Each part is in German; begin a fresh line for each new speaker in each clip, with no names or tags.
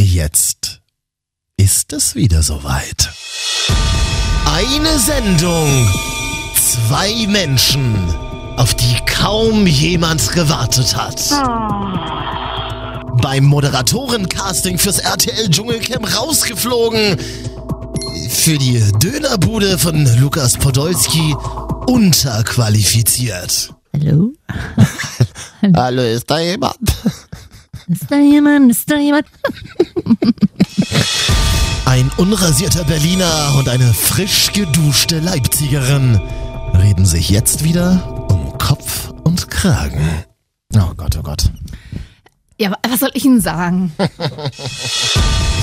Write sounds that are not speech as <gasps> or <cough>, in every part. jetzt ist es wieder soweit. Eine Sendung, zwei Menschen, auf die kaum jemand gewartet hat. Beim Moderatorencasting fürs RTL Dschungelcamp rausgeflogen. Für die Dönerbude von Lukas Podolski unterqualifiziert.
Hallo?
Hallo, ist da jemand?
Ist da jemand? Ist da jemand?
Ein unrasierter Berliner und eine frisch geduschte Leipzigerin reden sich jetzt wieder um Kopf und Kragen. Oh Gott, oh Gott.
Ja, wa- was soll ich Ihnen sagen?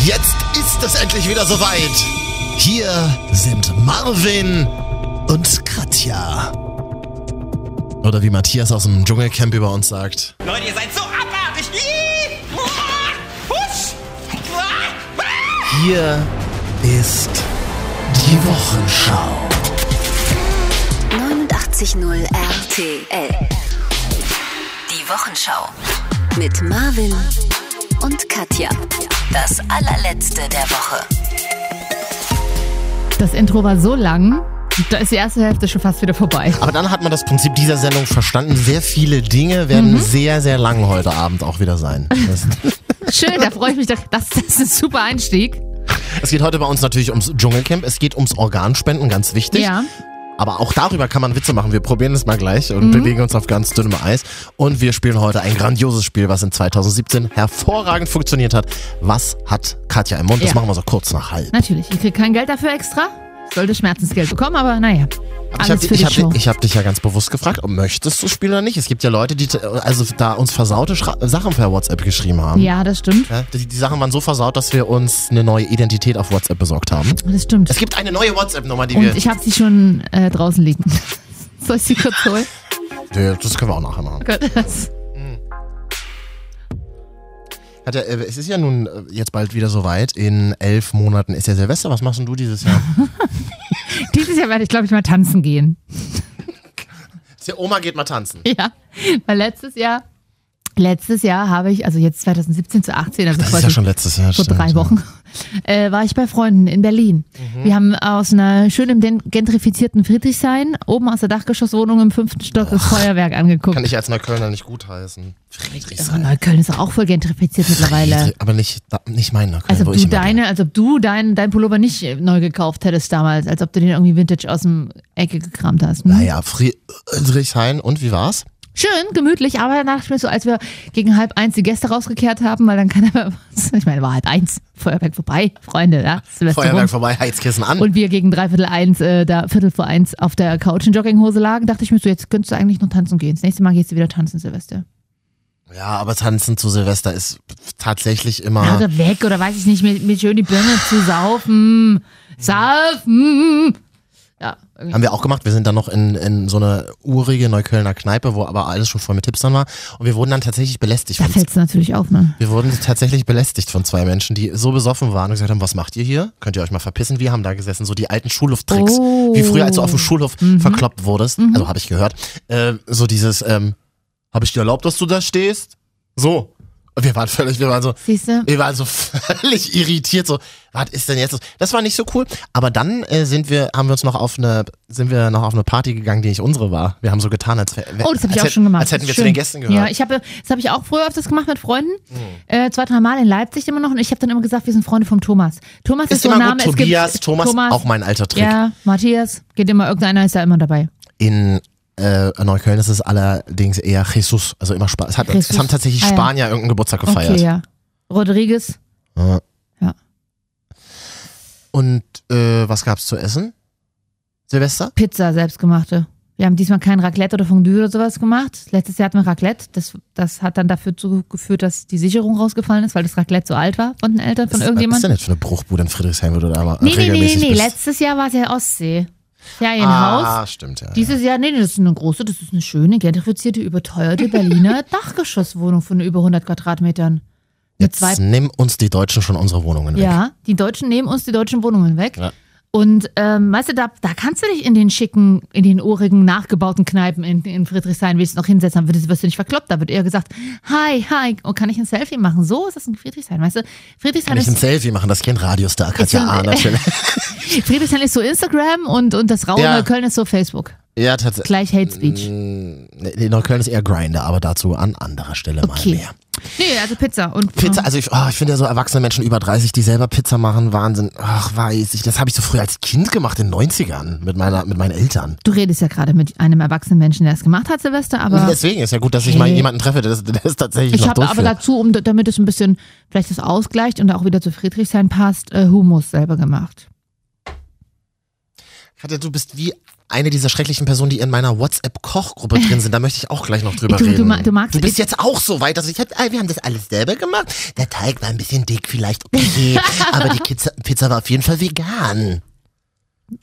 Jetzt ist es endlich wieder soweit. Hier sind Marvin und Katja. Oder wie Matthias aus dem Dschungelcamp über uns sagt.
Leute, ihr seid so abartig! Ih! Uah! Husch! Uah! Ah!
Hier ist die Wochenschau.
89.0 RTL. Die Wochenschau. Mit Marvin und Katja. Das allerletzte der Woche.
Das Intro war so lang, da ist die erste Hälfte schon fast wieder vorbei.
Aber dann hat man das Prinzip dieser Sendung verstanden. Sehr viele Dinge
Mhm.
werden sehr, sehr lang heute Abend auch wieder sein.
<laughs>
Das,
Schön, da freue ich mich. doch. Das, das ist ein super Einstieg.
es geht heute bei uns natürlich ums Dschungelcamp. Es geht ums Organspenden, ganz wichtig.
Ja.
Aber auch darüber kann man Witze machen. Wir probieren es mal gleich
Mhm.
und bewegen uns auf ganz dünnem Eis. Und wir spielen heute ein grandioses Spiel, was in 2017 hervorragend funktioniert hat. Was hat Katja im Mund? Das
Ja.
machen wir so kurz nach halb.
Natürlich, ich kriege kein Geld dafür extra. Ich sollte Schmerzensgeld bekommen, aber naja.
Ich habe
Alles für die
ich hab,
Show.
dich- ich hab dich ja ganz bewusst gefragt, ob möchtest du spielen oder nicht? Es gibt ja Leute, die äh, also da uns versaute Schra Sachen per WhatsApp geschrieben haben.
ja, das stimmt.
Ja, die, die Sachen waren so versaut, dass wir uns eine neue Identität auf WhatsApp besorgt haben.
Das stimmt.
Es gibt eine neue WhatsApp-Nummer, die wir.
Und ich habe sie schon äh, draußen liegen. <laughs> Soll ich sie kurz
<laughs>
holen?
Nö, das können wir auch nachher machen.
Gott, das-
Hat ja, äh, es ist ja nun äh, jetzt bald wieder soweit. In elf Monaten ist ja Silvester. Was machst denn du dieses
<laughs>
Jahr?
Dieses Jahr werde ich, glaube ich, mal tanzen gehen. <laughs>
Die Oma geht mal tanzen.
Ja, weil letztes Jahr, letztes Jahr habe ich, also jetzt 2017 zu 18, also
Das ist
quasi
ja schon letztes Jahr.
vor
stimmt.
drei Wochen, äh, war ich bei Freunden in Berlin.
Mhm.
Wir haben aus einer schönen den- gentrifizierten Friedrichshain oben aus der Dachgeschosswohnung im fünften Stock das Feuerwerk angeguckt.
Kann ich als Neuköllner nicht gutheißen.
Irre, Neukölln ist auch voll gentrifiziert mittlerweile.
Aber nicht, da- nicht mein Neukölln.
Als
wo
ob
ich
äh, Also du
immer
deine, als ob du dein, dein Pullover nicht äh, neu gekauft hättest damals, als ob du den irgendwie Vintage aus dem Ecke gekramt hast.
bin.
Hm?
Naja, Friedrichshain. Und wie war's?
Schön, gemütlich, aber danach ist mir so, als wir gegen halb eins die Gäste rausgekehrt haben, weil dann keiner mehr <laughs> was. Ich meine, war halb eins, Feuerwerk vorbei, Freunde, ja, Silvester rum.
Feuerwerk vorbei, Heizkissen an.
Und wir gegen dreiviertel eins, äh, da Viertel vor eins auf der Couch in Jogginghose lagen, dachte ich mir so, jetzt könntest du eigentlich noch tanzen gehen. Das nächste Mal gehst du wieder tanzen, Silvester.
ja, aber tanzen zu Silvester ist tatsächlich
Ah.
immer.
Oder weg, oder weiß ich nicht, mir, mir schön die Birne zu saufen. Saufen! Ja, irgendwie.
Mhm. Haben wir auch gemacht. Wir sind dann noch in, in so eine urige Neuköllner Kneipe, wo aber alles schon voll mit Hipstern war. Und wir wurden dann tatsächlich belästigt.
da
Von,
fällt's natürlich auf, ne?
wir wurden tatsächlich belästigt von zwei Menschen, die so besoffen waren und gesagt haben, was macht ihr hier? Könnt ihr euch mal verpissen? Wir haben da gesessen, so die alten Schulhoftricks.
Oh.
Wie früher, als du auf dem Schulhof verkloppt wurdest. Also habe ich gehört. Ähm, so dieses, ähm, habe ich dir erlaubt, dass du da stehst? So. Und wir waren völlig, wir waren so,
Siehst du?
wir waren so <laughs> völlig irritiert, so, was ist denn jetzt los? Das war nicht so cool. Aber dann äh, sind wir, haben wir uns noch auf eine, sind wir noch auf eine Party gegangen, die nicht unsere war. Wir haben so getan, als, wär-
Oh, das habe
als
ich auch
hätt-
schon gemacht.
Als hätten
Das
wir
ist
zu
schön.
den Gästen gehört. Hm.
Ja, ich habe, das habe ich auch früher öfters gemacht mit Freunden. Äh, zwei, drei Mal in Leipzig immer noch. Und ich habe dann immer gesagt, wir sind Freunde vom Thomas. Thomas ist,
ist
so ein
immer
Name.
gut,
es gibt-
Tobias, Thomas, auch mein alter Trick.
Ja, Matthias, geht immer, irgendeiner ist da immer dabei.
In äh, Neukölln ist es allerdings eher Jesus, also immer Spaß. Es, hat, es
Jesus.
haben tatsächlich
Ah, ja.
Spanier irgendeinen Geburtstag gefeiert.
Okay, ja. Rodriguez,
Und äh, was gab's zu essen? Silvester?
Pizza, selbstgemachte. Wir haben diesmal kein Raclette oder Fondue oder sowas gemacht. Letztes Jahr hatten wir Raclette. Das, das hat dann dafür zu- geführt, dass die Sicherung rausgefallen ist, weil das Raclette so alt war von den Eltern, von
Was ist
irgendjemandem.
denn jetzt für eine Bruchbude in Friedrichshain, wo du da mal
Nee, nee, nee,
regelmäßig
nee.
bist?
Letztes Jahr war es ja Ostsee. Ferienhaus.
ah, stimmt, ja.
Dieses Jahr, nee, nee, das ist eine große, das ist eine schöne, gentrifizierte,
<laughs>
überteuerte Berliner Dachgeschosswohnung von über 100 Quadratmetern. Eine
Jetzt
zwei,
nimm uns die Deutschen schon unsere Wohnungen weg.
ja, die Deutschen nehmen uns die deutschen Wohnungen weg.
Ja.
Und ähm, weißt du, da, da kannst du dich in den schicken, in den ohrigen, nachgebauten Kneipen in, in Friedrichshain willst du noch hinsetzen, dann wirst du- wirst du nicht verkloppt. Da wird eher gesagt, hi, hi, und kann ich ein Selfie machen? So ist das in Friedrichshain, weißt du? Friedrichshain
Kann ich ein
ist,
Selfie machen, dass ich ein Radiostar Katja
Ist so-
A.
<laughs>
natürlich.
Friedrichshain ist so Instagram und, und das raue
Ja.
Neukölln ist so Facebook.
ja, tatsächlich.
Gleich Hate Speech.
Nee, Neukölln ist eher Grinder, aber dazu an anderer Stelle mal
Okay.
mehr.
Nee, also Pizza und
Pizza, also ich, oh, ich finde ja so erwachsene Menschen über 30, die selber Pizza machen, Wahnsinn. Ach, weiß ich, das habe ich so früher als Kind gemacht in den 90ern mit, meiner, mit meinen Eltern.
Du redest ja gerade mit einem erwachsenen Menschen, der es gemacht hat, Silvester, aber.
Deswegen ist ja gut, dass ich mal
Hey.
jemanden treffe, der das, der das tatsächlich
Ich
noch
habe aber
durchführt.
dazu, um, damit es ein bisschen vielleicht das ausgleicht und auch wieder zu Friedrichshain passt, äh, Hummus selber gemacht.
Katja, du bist wie eine dieser schrecklichen Personen, die in meiner WhatsApp-Kochgruppe drin sind. Da möchte ich auch gleich noch drüber
Du- du
reden.
ma- du magst-
bist jetzt auch so weit, dass ich hab, ah, wir haben das alles selber gemacht. Der Teig war ein bisschen dick, vielleicht
<laughs>
okay, aber die Pizza, Pizza war auf jeden Fall vegan.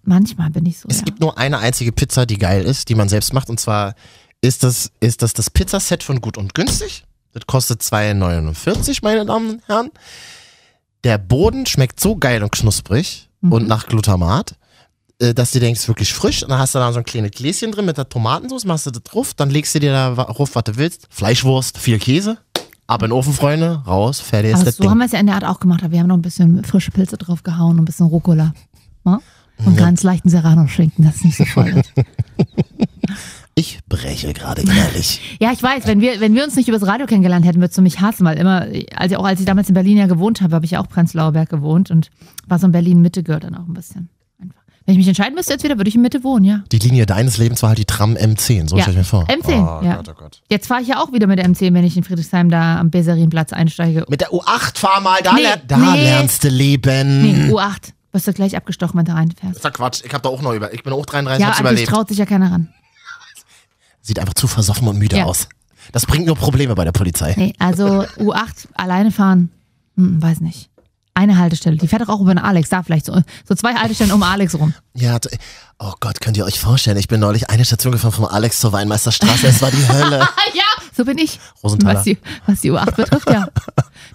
Manchmal bin ich so.
Es
ja.
gibt nur eine einzige Pizza, die geil ist, die man selbst macht. Und zwar ist das, ist das, das Pizzaset von Gut und Günstig. Das kostet 2,49, meine Damen und Herren. Der Boden schmeckt so geil und knusprig
Mhm.
und nach Glutamat, äh, dass du denkst, wirklich frisch. Und dann hast du da so ein kleines Gläschen drin mit der Tomatensauce, machst du das drauf, dann legst du dir da wa- drauf, was du willst. Fleischwurst, viel Käse, ab in den Ofen, Freunde, raus, fertig ist
aber
das
so haben
Ding.
wir es ja in der Art auch gemacht. aber Wir haben noch ein bisschen frische Pilze drauf gehauen und ein bisschen Rucola. Ne? Und ganz leichten Serrano-Schinken, das nicht
<laughs>
so voll ist.
Ich breche gerade innerlich.
Ja, ich weiß, wenn wir, wenn wir uns nicht übers Radio kennengelernt hätten, würdest du mich hassen, weil immer, also auch als ich damals in Berlin ja gewohnt habe, habe ich ja auch Prenzlauer Berg gewohnt und war so in Berlin-Mitte gehört dann auch ein bisschen. Einfach. Wenn ich mich entscheiden müsste jetzt wieder, würde ich in Mitte wohnen, ja.
Die Linie deines Lebens war halt die Tram M10, so
ja.
stell ich mir vor.
M10,
Oh
ja.
Gott, oh Gott.
Jetzt fahre ich ja auch wieder mit der M10, wenn ich in Friedrichsheim da am Beserinplatz einsteige. Oh,
Mit der U8 fahr mal, da,
Nee,
lern, da
nee.
lernst du leben.
Nee, U8. Wirst du gleich abgestochen, wenn du reinfährst.
Das ist ja Quatsch, ich hab da auch noch über. Ich bin auch 33,
Ja,
hab's
aber dich
überlebt.
traut sich ja keiner ran.
Sieht einfach zu versoffen und müde
Ja.
aus. Das bringt nur Probleme bei der Polizei.
Nee, also U8 alleine fahren, hm, weiß nicht. Eine Haltestelle, die fährt doch auch über den Alex, da vielleicht so, so zwei Haltestellen um Alex
<laughs>
rum.
Ja, t- oh Gott, könnt ihr euch vorstellen, ich bin neulich eine Station gefahren vom Alex zur Weinmeisterstraße, es war die
<laughs>
Hölle.
Ah, ja, so bin ich.
Rosenthaler.
Was die, was die U8 betrifft, ja.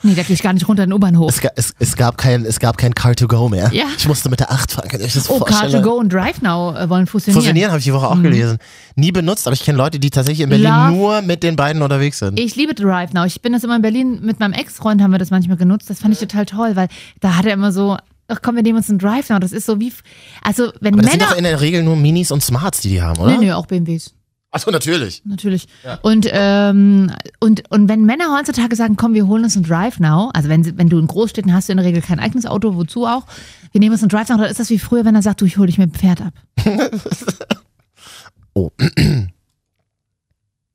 Nee, da gehe ich gar nicht runter in den U-Bahnhof.
Es, ga- es, es, gab kein, es gab kein Car to Go mehr.
Ja.
Ich musste mit der 8 fahren, könnt ihr euch das
Oh,
vorstellen?
Car2Go und DriveNow äh, wollen fusionieren.
Fusionieren habe ich die Woche auch gelesen. Nie benutzt, aber ich kenne Leute, die tatsächlich in Berlin
Mhm. Love.
nur mit den beiden unterwegs sind.
Ich liebe DriveNow. Ich bin das immer in Berlin mit meinem Ex-Freund haben wir das manchmal genutzt. Das
Mhm.
fand ich total toll, weil da hat er immer so, ach komm, wir nehmen uns einen DriveNow. Das ist so wie, also wenn
aber das sind
Männer,
doch in der Regel nur Minis und Smarts, die die haben, oder?
nee, nee, auch BMWs.
Achso, natürlich.
natürlich. Und, ähm, und, und wenn Männer heutzutage sagen, komm, wir holen uns einen Drive Now, also wenn, sie- wenn du in Großstädten hast du in der Regel kein eigenes Auto, wozu auch, wir nehmen uns einen Drive Now, dann ist das wie früher, wenn er sagt, du, ich hole dich mit dem Pferd ab.
<laughs> Oh.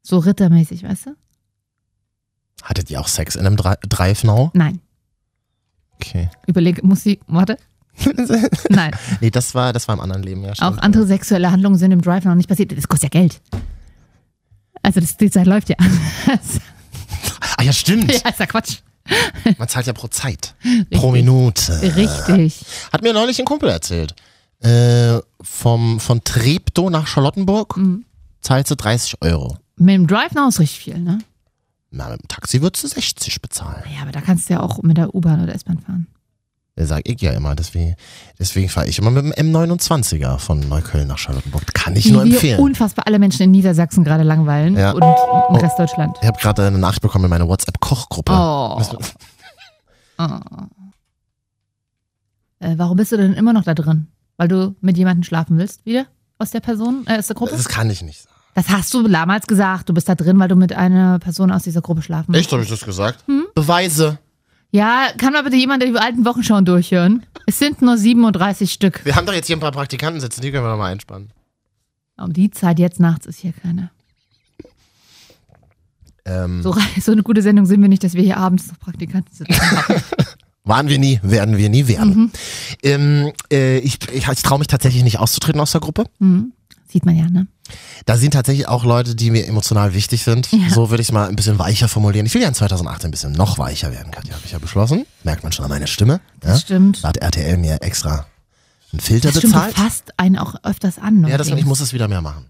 So rittermäßig, weißt du?
Hattet ihr auch Sex in einem Dri- Drive Now?
Nein.
Okay.
Überlege, muss sie,
<laughs>
warte. Nein.
Nee, das war, das war im anderen Leben, ja. Stimmt.
Auch andere sexuelle Handlungen sind im Drive noch nicht passiert. Das kostet ja Geld. Also das, die Zeit läuft ja. <laughs>
Ah ja, stimmt.
ja, ist ja Quatsch.
Man zahlt ja pro Zeit. Pro Minute.
Richtig.
Hat mir neulich ein Kumpel erzählt. Äh, vom, von Treptow nach Charlottenburg
Mhm.
zahlst du 30 Euro.
Mit dem Drive Now ist richtig viel, ne?
Na, mit dem Taxi würdest du 60 bezahlen.
Ja, aber da kannst du ja auch mit der U-Bahn oder S-Bahn fahren.
Da sag ich ja immer. Deswegen, deswegen fahre ich immer mit dem M29er von Neukölln nach Charlottenburg. Kann ich nur
Wie wir
empfehlen.
unfassbar alle Menschen in Niedersachsen gerade langweilen
Ja. Oh.
und im Rest Deutschland.
Ich habe gerade eine Nachricht bekommen in meiner WhatsApp-Kochgruppe.
Oh. Oh. Äh, warum bist du denn immer noch da drin? Weil du mit jemandem schlafen willst, wieder? Aus der Person, äh, aus der Gruppe?
Das kann ich nicht sagen.
Das hast du damals gesagt. Du bist da drin, weil du mit einer Person aus dieser Gruppe schlafen willst.
Echt, habe ich das gesagt?
Hm?
Beweise.
Ja, kann mal bitte jemand die alten Wochenschauen durchhören? Es sind nur 37 Stück.
Wir haben doch jetzt hier ein paar Praktikanten sitzen, die können wir doch mal einspannen.
Um die Zeit jetzt nachts ist hier keine.
Ähm,
So, rei- so eine gute Sendung sind wir nicht, dass wir hier abends noch
<laughs>
Praktikanten sitzen haben.
Waren wir nie, werden wir nie
Mhm.
werden. Ähm, äh, ich ich, ich traue mich tatsächlich nicht auszutreten aus der Gruppe.
Hm. Sieht man ja, ne?
Da sind tatsächlich auch Leute, die mir emotional wichtig sind.
Ja.
So würde ich es mal ein bisschen weicher formulieren. Ich will ja in 2008 ein bisschen noch weicher werden, Katja, habe ich ja beschlossen. Merkt man schon an meiner Stimme. Ja?
Das stimmt.
Da hat RTL mir extra einen Filter
Das stimmt, du
bezahlt.
fasst einen auch öfters an. ne?
Ja, das, ich muss Hm. es wieder mehr machen.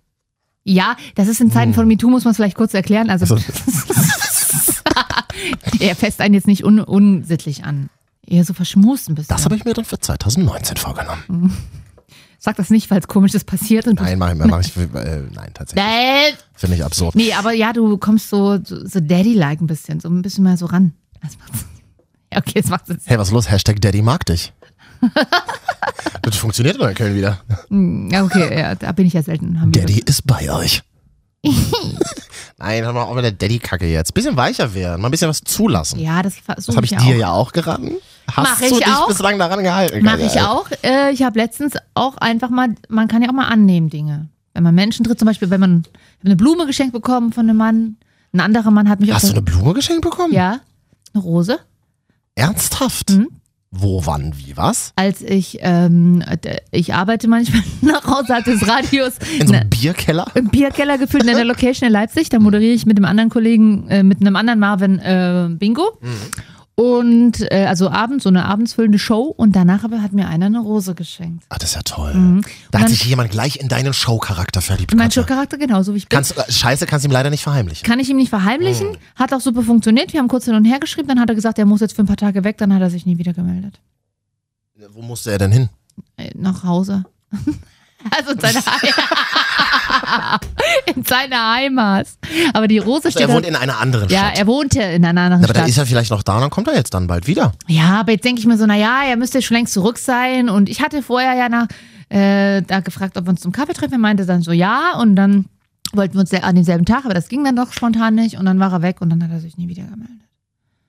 ja, das ist in Zeiten von MeToo, muss man es vielleicht kurz erklären.
Also-
<laughs> Also, er fässt einen jetzt nicht un unsittlich an. Eher so verschmust ein bisschen.
Das habe ich mir dann für 2019 vorgenommen.
Mhm. Sag das nicht, falls Komisches passiert. Und du-
Nein, mach ich, mach ich äh, nein, tatsächlich.
Äh,
Finde ich absurd.
Nee, aber ja, du kommst so, so, so Daddy-like ein bisschen, so ein bisschen mal so ran. Das macht's. <laughs> Ja, okay, das macht Sinn.
Hey, was ist los? Hashtag Daddy mag
<laughs>
dich. das funktioniert in Neukölln wieder.
Hm, Ja, okay, ja, da bin ich ja selten. Haben wir-
Daddy ist bei euch. <laughs> Nein, haben wir auch mit der Daddy-Kacke jetzt. Bisschen weicher werden, mal ein bisschen was zulassen.
Ja, das versuche
das habe ich
ja
dir
auch.
ja auch geraten. Hast
Mach
du
ich
dich
auch.
bislang daran gehalten?
Mache
Katja?
ich auch. Äh, ich habe letztens auch einfach mal, man kann ja auch mal annehmen Dinge. Wenn man Menschen tritt, zum Beispiel, wenn man ich hab eine Blume geschenkt bekommen von einem Mann, ein anderer Mann hat mich
Hast
auch.
du eine Blume geschenkt bekommen?
ja, eine Rose.
Ernsthaft?
Mhm.
Wo, wann, wie, was?
Als ich, ähm, d- ich arbeite manchmal <laughs> nach außerhalb des Radios.
In so
Ne-
einem Bierkeller? Ne?
im Bierkeller gefühlt in einer Location in Leipzig. Da moderiere ich mit dem anderen Kollegen, äh, mit einem anderen Marvin äh, Bingo.
Mhm.
Und äh, also abends, so eine abendsfüllende Show. Und danach aber hat mir einer eine Rose geschenkt.
Ah, das ist ja toll. Da
Und
hat
dann-
sich jemand gleich in deinen Showcharakter verliebt.
Mein
Katja.
Showcharakter, genau, so wie ich bin.
Kannst, äh, Scheiße, kannst du Mhm. ihm leider nicht verheimlichen.
Kann ich ihm nicht verheimlichen. Hat auch super funktioniert. Wir haben kurz hin und her geschrieben. Dann hat er gesagt, er muss jetzt für ein paar Tage weg. Dann hat er sich nie wieder gemeldet.
Wo musste er denn hin?
Äh, nach Hause. <laughs> also
<laughs>
in seiner Heimat. <laughs> in seiner Heimat. Aber die Rose
Also Er
steht.
wohnt
da-
in einer anderen
ja,
Stadt.
er wohnte in einer anderen
Na, aber
Stadt.
dann ist er vielleicht noch da und dann kommt er jetzt dann bald wieder.
Ja, aber jetzt denke ich mir so, naja, er müsste schon längst zurück sein. Und ich hatte vorher ja nach, äh, da gefragt, ob wir uns zum Kaffee treffen. Er meinte dann so, ja. Und dann wollten wir uns an demselben Tag, aber das ging dann doch spontan nicht. Und dann war er weg und dann hat er sich nie wieder gemeldet.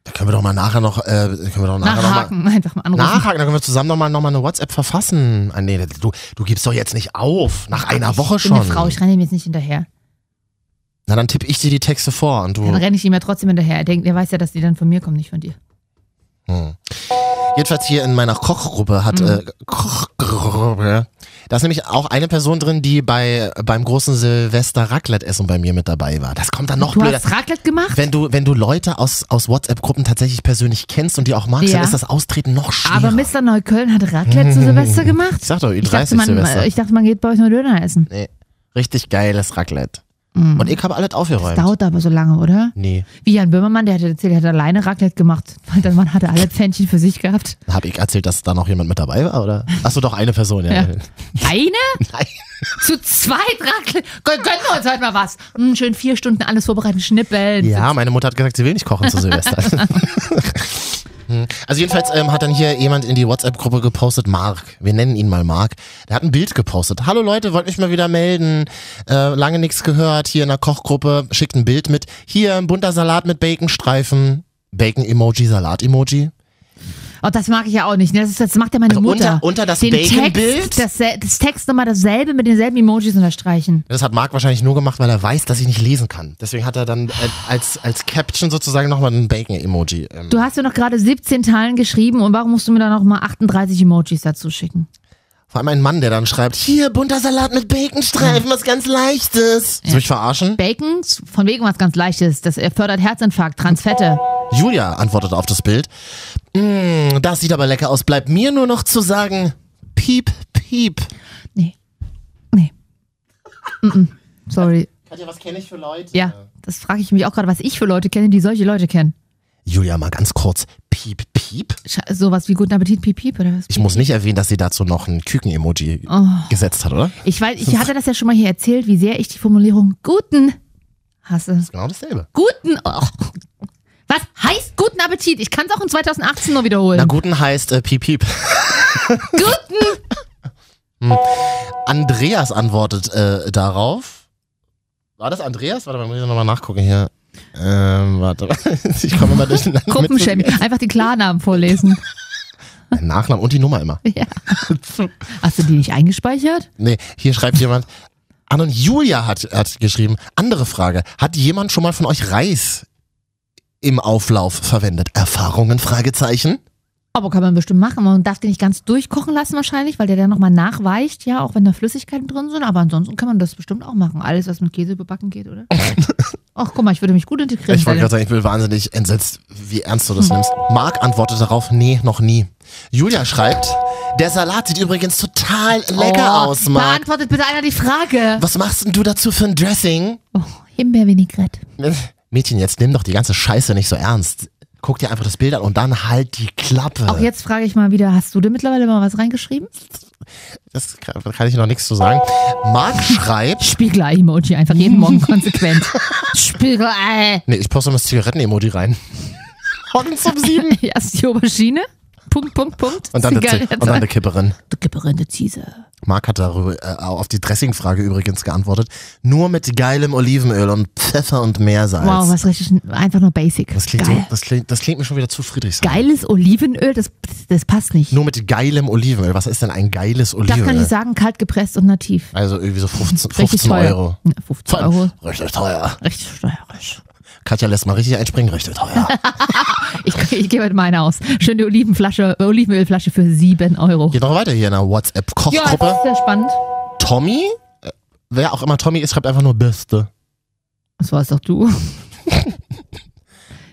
Da können wir doch mal nachher noch, äh, können wir doch nachher noch mal,
Nachhaken, einfach mal anrufen.
Nachhaken, dann können wir zusammen nochmal noch mal eine WhatsApp verfassen. Ah, nee, du, du gibst doch jetzt nicht auf. Nach einer Woche
ich bin
schon.
eine Frau, ich renne ihm jetzt nicht hinterher.
Na, dann tippe ich dir die Texte vor und du.
Dann renne ich ihm ja trotzdem hinterher. Er denkt, er weiß ja, dass die dann von mir kommen, nicht von dir.
Hm. Jedenfalls hier in meiner Kochgruppe
Mhm.
hat äh, Kochgruppe, da ist nämlich auch eine Person drin, die bei beim großen Silvester Raclette essen bei mir mit dabei war. Das kommt dann noch
du
blöder.
hast Raclette gemacht?
Wenn du wenn du Leute aus aus WhatsApp Gruppen tatsächlich persönlich kennst und die auch magst,
Ja.
dann ist das Austreten noch schwieriger.
aber Mr. Neukölln hat Raclette zu Silvester gemacht?
Hm. ich sag doch,
Ich dachte,
30
man,
Silvester.
ich dachte, man geht bei euch nur Döner essen.
nee, richtig geiles Raclette. Und ich habe alles
Mhm. Das
aufgeräumt.
dauert aber so lange, oder?
nee.
Wie Jan Böhmermann, der hat erzählt, er hat alleine Raclette gemacht, weil dann man hatte alle Pfännchen für sich gehabt.
Hab ich erzählt, dass da noch jemand mit dabei war, oder? Achso, doch eine Person, ja.
Ja. Eine?
<laughs> Nein.
Zu zweit Raclette? Gön- Gönnen wir uns heute mal was. Hm, schön vier Stunden alles vorbereiten, schnippeln.
Ja, meine Mutter hat gesagt, sie will nicht kochen zu Silvester. Hm. Also jedenfalls ähm, hat dann hier jemand in die WhatsApp-Gruppe gepostet, Mark, wir nennen ihn mal Mark, der hat ein Bild gepostet. Hallo Leute, wollt mich mal wieder melden, äh, lange nichts gehört, hier in der Kochgruppe, schickt ein Bild mit, hier ein bunter Salat mit Baconstreifen, Bacon-Emoji, Salat-Emoji.
Oh, das mag ich ja auch nicht. ne? Das, ist, das macht ja meine
Also
Mutter.
unter- unter das
Den
Bacon-Bild?
Text, das, das Text nochmal dasselbe mit denselben Emojis unterstreichen.
Das hat Marc wahrscheinlich nur gemacht, weil er weiß, dass ich nicht lesen kann. Deswegen hat er dann äh, als, als Caption sozusagen nochmal ein Bacon-Emoji. Ähm.
Du hast mir noch gerade 17 Teilen geschrieben und warum musst du mir dann nochmal 38 Emojis dazu schicken?
Vor allem ein Mann, der dann schreibt, hier, bunter Salat mit Baconstreifen, was ganz Leichtes. Soll ich verarschen?
Bacon, von wegen was ganz Leichtes. Das fördert Herzinfarkt, Transfette.
Julia antwortet auf das Bild. Mm, das sieht aber lecker aus. Bleibt mir nur noch zu sagen, piep, piep.
Nee. Nee. Mm -mm. Sorry.
Katja, was kenne ich für Leute?
Ja, das frage ich mich auch gerade, was ich für Leute kenne, die solche Leute kennen.
Julia, mal ganz kurz, piep, piep.
Sch- Sowas wie guten Appetit, piep, piep oder was?
Ich muss nicht erwähnen, dass sie dazu noch ein Küken-Emoji gesetzt hat, oder?
Ich weiß, ich hatte das ja schon mal hier erzählt, wie sehr ich die Formulierung guten hasse.
Genau dasselbe.
Guten. Oh. Was heißt guten Appetit? Ich kann es auch in 2018 nur
Na,
wiederholen.
guten heißt äh, piep, piep. <laughs>
Guten.
Andreas antwortet äh, darauf. War das Andreas? Warte mal, muss ich nochmal nachgucken hier. Ähm, warte <laughs> mal. Ich komme immer durcheinander. mit-
Gruppenchemie. Einfach die Klarnamen vorlesen.
Den Nachnamen und die Nummer immer.
Ja. Hast du die nicht eingespeichert?
Nee, hier schreibt jemand. Anne und Julia hat, hat geschrieben. Andere Frage. Hat jemand schon mal von euch Reis im Auflauf verwendet? Erfahrungen? Fragezeichen?
Aber kann man bestimmt machen. Man darf den nicht ganz durchkochen lassen wahrscheinlich, weil der dann nochmal nachweicht, ja, auch wenn da Flüssigkeiten drin sind. Aber ansonsten kann man das bestimmt auch machen. Alles, was mit Käse überbacken
<laughs>
geht, oder? Ach, guck mal, ich würde mich gut integrieren.
Ich wollte
Sally.
gerade sagen, ich bin wahnsinnig entsetzt, wie ernst du das nimmst. Marc antwortet darauf, nee, noch nie. Julia schreibt, der Salat sieht übrigens total lecker
Oh,
aus, Marc.
Beantwortet bitte einer die Frage.
Was machst denn du dazu für ein Dressing?
Oh, Himbeervinaigrette.
Mädchen, jetzt nimm doch die ganze Scheiße nicht so ernst. Guck dir einfach das Bild an und dann halt die Klappe.
Auch jetzt frage ich mal wieder, hast du denn mittlerweile mal was reingeschrieben?
Das kann, da kann ich noch nichts zu sagen. Marc schreibt.
Spiegelei-Emoji, einfach
<laughs>
jeden Morgen konsequent. äh. Spiegelei.
Nee, ich poste mal das Zigaretten-Emoji rein. <laughs> Morgens um sieben.
<laughs> Erst die Aubergine. Punkt, Punkt, Punkt.
Und dann, eine, Zi-
Zigarette.
und dann eine Kipperin.
Du geberinnte Ziese.
Marc hat darüber, äh, auf die Dressing-Frage übrigens geantwortet. Nur mit geilem Olivenöl und Pfeffer und Meersalz.
Wow, was richtig, einfach nur basic.
das klingt, so,
Geil.
das, klingt, das klingt mir schon wieder zu Friedrichshain.
Geiles Olivenöl, das, das passt nicht.
Nur mit geilem Olivenöl. Was ist denn ein geiles
Das
Olivenöl?
kann ich sagen, kalt gepresst und nativ.
Also irgendwie so 15,
Richtig
15
teuer.
Euro.
Ja, 15
Vor allem
Euro.
Richtig teuer.
Richtig steuerisch.
Katja lässt mal richtig einspringen. Richtig teuer.
<laughs> Ich, ich gebe mit meiner aus. Schöne Olivenflasche, äh, Olivenölflasche für 7 Euro.
Geht noch weiter hier in der
Ja, das
WhatsApp-Kochgruppe.
ist sehr spannend.
Tommy, äh, wer auch immer Tommy ist, schreibt einfach nur Beste.
Das warst doch du.
Ach,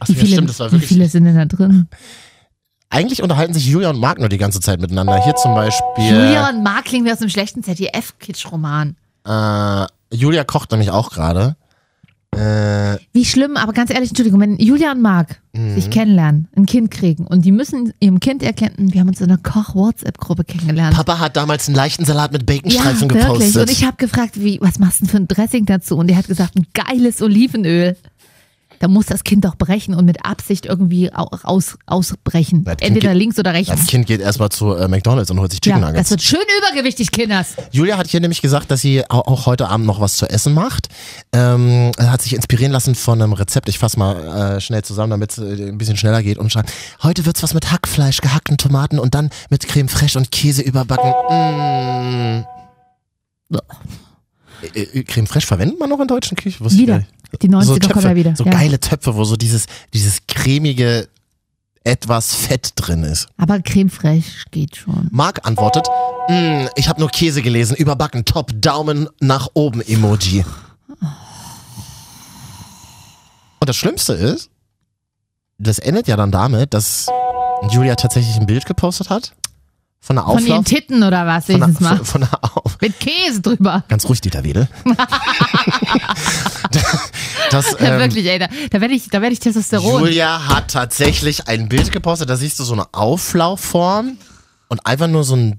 Wie
ja,
viele,
stimmt, das war
wie
wirklich.
viele sind denn da drin?
Eigentlich unterhalten sich Julia und Marc nur die ganze Zeit miteinander. Hier zum Beispiel.
Julia und Mark klingen wie aus einem schlechten ZDF-Kitsch-Roman.
Äh, Julia kocht nämlich auch gerade. Äh,
Wie schlimm, aber ganz ehrlich, Entschuldigung, wenn Julia und Mark
Mhm.
sich kennenlernen, ein Kind kriegen und die müssen ihrem Kind erkennen, wir haben uns in einer Koch-WhatsApp-Gruppe kennengelernt.
Papa hat damals einen leichten Salat mit
ja,
Baconstreifen gepostet.
wirklich. Und ich habe gefragt, wie, was machst du denn für ein Dressing dazu? Und er hat gesagt, ein geiles Olivenöl. Da muss das Kind doch brechen und mit Absicht irgendwie au- aus, ausbrechen.
Das Kind
Entweder
geht-
links oder rechts.
das Kind geht erstmal zu äh, McDonalds und holt sich Chicken
ja, das
Nuggets.
wird schön übergewichtig, Kinders.
Julia hat hier nämlich gesagt, dass sie au- auch heute Abend noch was zu essen macht. Ähm, hat sich inspirieren lassen von einem Rezept. Ich fasse mal äh, schnell zusammen, damit es äh, ein bisschen schneller geht. Und schreibt, heute wird's was mit Hackfleisch, gehackten Tomaten und dann mit Creme fraiche und Käse überbacken. Mm. Äh, äh, Creme fraiche verwendet man noch in deutschen Küchen? Wusste ich gar
Wieder.
nicht.
Die 90er
So,
kommen ja
Töpfe,
wieder.
so
ja.
geile Töpfe, wo so dieses, dieses cremige etwas Fett drin ist.
Aber creme fraiche geht schon.
Marc antwortet, "Mm, ich habe nur Käse gelesen, überbacken, top, Daumen nach oben, Emoji. Und das Schlimmste ist, das endet ja dann damit, dass Julia tatsächlich ein Bild gepostet hat von einer
Von ihren
Auflauf...
Titten oder was,
einer,
wenigstens mal.
<laughs> von, von einer Auf...
Mit Käse drüber.
Ganz ruhig, Dieter
<laughs>
Wedel. <laughs> das,
Ja,
ähm,
wirklich, ey, da, da werde ich, da werd ich Testosteron.
Julia hat tatsächlich ein Bild gepostet, da siehst du so eine Auflaufform und einfach nur so einen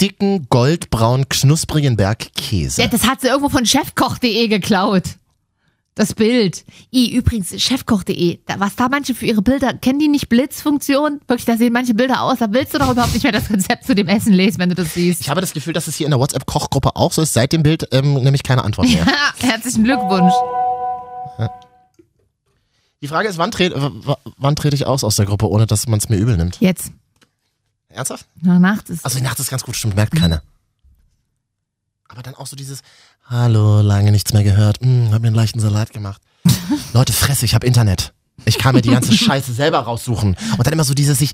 dicken, goldbraunen, knusprigen Berg Käse.
ja, das hat sie irgendwo von chefkoch.de geklaut. Das Bild. I, übrigens, chefkoch.de. Da, was da manche für ihre Bilder, kennen die nicht Blitzfunktion? Wirklich, da sehen manche Bilder aus, da willst du doch überhaupt nicht mehr das Rezept zu dem Essen lesen, wenn du das siehst.
Ich habe das Gefühl, dass es hier in der WhatsApp-Kochgruppe auch so ist. Seit dem Bild ähm, nämlich keine Antwort mehr.
Ha, Herzlichen Glückwunsch.
Die Frage ist, wann, tre w- w- wann trete ich aus aus der Gruppe, ohne dass man es mir übel nimmt?
Jetzt.
Ernsthaft?
Na, nachts ist.
Also die Nacht ist ganz gut, stimmt, merkt keiner. Aber dann auch so dieses, hallo, lange nichts mehr gehört, hm, hab mir einen leichten Salat gemacht. Leute, fresse, ich hab Internet. Ich kann mir die ganze Scheiße selber raussuchen. Und dann immer so dieses, ich,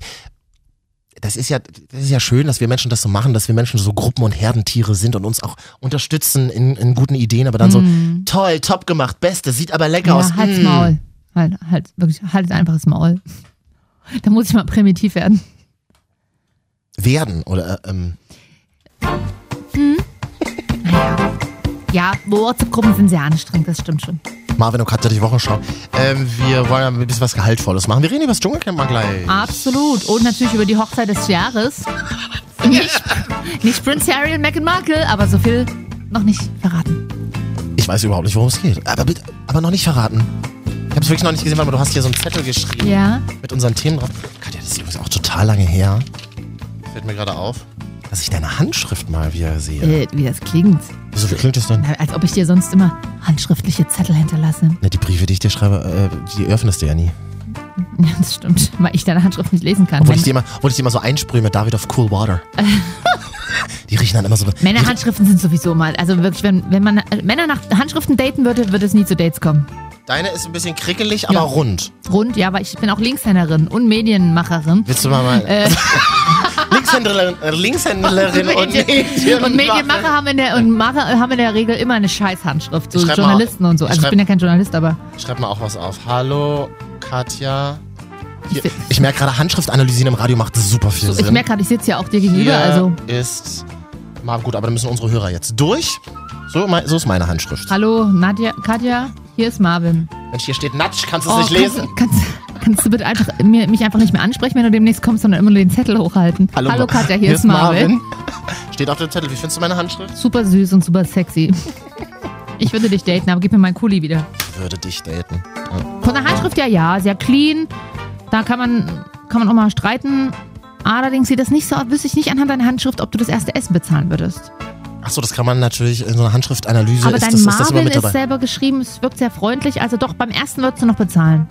das ist ja, das ist ja schön, dass wir Menschen das so machen, dass wir Menschen so Gruppen- und Herdentiere sind und uns auch unterstützen in, in guten Ideen, aber dann
Mm.
so, toll, top gemacht, beste, sieht aber lecker aus.
ja, halt's
mm.
Maul. Halt, halt, wirklich, haltet einfach das Maul. Da muss ich mal primitiv werden.
Werden oder äh, ähm,
Ja, WhatsApp-Gruppen sind sehr anstrengend, das stimmt schon.
Marvin und Katja die Wochenschau. Ähm, wir wollen ja ein bisschen was Gehaltvolles machen. Wir reden über das Dschungelcamp mal gleich.
Absolut. Und natürlich über die Hochzeit des Jahres. Nicht, nicht Prince Harry und Meghan Markle, aber so viel noch nicht verraten.
Ich weiß überhaupt nicht, worum es geht. Aber, bitte- aber noch nicht verraten. Ich habe es wirklich noch nicht gesehen, weil du hast hier so einen Zettel geschrieben
Ja.
mit unseren Themen drauf. Katja, das ist übrigens auch total lange her. Fällt mir gerade auf. Dass ich deine Handschrift mal wieder sehe.
Äh, wie das klingt.
Wieso, wie klingt das denn?
Na, Als ob ich dir sonst immer handschriftliche Zettel hinterlasse.
Ne, die Briefe, die ich dir schreibe, äh, die öffnest du ja nie.
Ja, das stimmt, weil ich deine Handschrift nicht lesen kann.
Obwohl ich,
Meine,
die immer, obwohl ich die immer so einsprühe mit David auf Cool
<laughs>
Water. die riechen dann immer so...
Männer Handschriften sind sowieso mal. Also wirklich, wenn, wenn man äh, Männer nach Handschriften daten würde, würde es nie zu Dates kommen.
Deine ist ein bisschen krickelig, aber
Ja.
rund.
Rund, ja, weil ich bin auch Linkshänderin und Medienmacherin.
Willst du mal mal...
Äh.
<laughs> Linkshändlerin, äh,
<laughs>
Linkshändlerin und Medienmacher.
Und Medienmacher haben in, der, und Macher haben in der Regel immer eine Scheißhandschrift. So
Ich schreib mal
Journalisten
auf.
und so.
Ich
Also ich
schreib-
bin ja kein Journalist, aber
Schreib mal auch was auf. Hallo, Katja. Hier,
Ich-
ich merke gerade, Handschrift analysieren im Radio macht super viel
ich
Sinn.
merke gerade, ich sitze ja auch dir
Hier
gegenüber. Also,
ist... Mal gut, aber dann müssen unsere Hörer jetzt durch. So, mein- so ist meine Handschrift.
hallo, Nadja, Katja, hier ist Marvin.
Mensch, hier steht Natsch, kannst du es
Oh,
nicht lesen?
Kannst, kannst, Kannst du bitte einfach mir, mich einfach nicht mehr ansprechen, wenn du demnächst kommst, sondern immer nur den Zettel hochhalten. Hallo, Katja, hier, ist Marvin.
<laughs> Steht auf dem Zettel. Wie findest du meine Handschrift?
Super süß und
<laughs>
super sexy. Ich würde dich daten, aber gib mir meinen Kuli wieder.
Würde dich daten.
Von der Handschrift ja, ja, sehr clean. Da kann man, kann man auch mal streiten. Allerdings sieht das nicht so aus, wüsste ich nicht anhand deiner Handschrift, ob du das erste Essen bezahlen würdest.
Achso, das kann man natürlich in so einer Handschriftanalyse.
aber
ist
dein
das, ist das immer
Marvin
mit
ist
dabei.
selber geschrieben, es wirkt sehr freundlich, also doch, beim ersten würdest du noch bezahlen.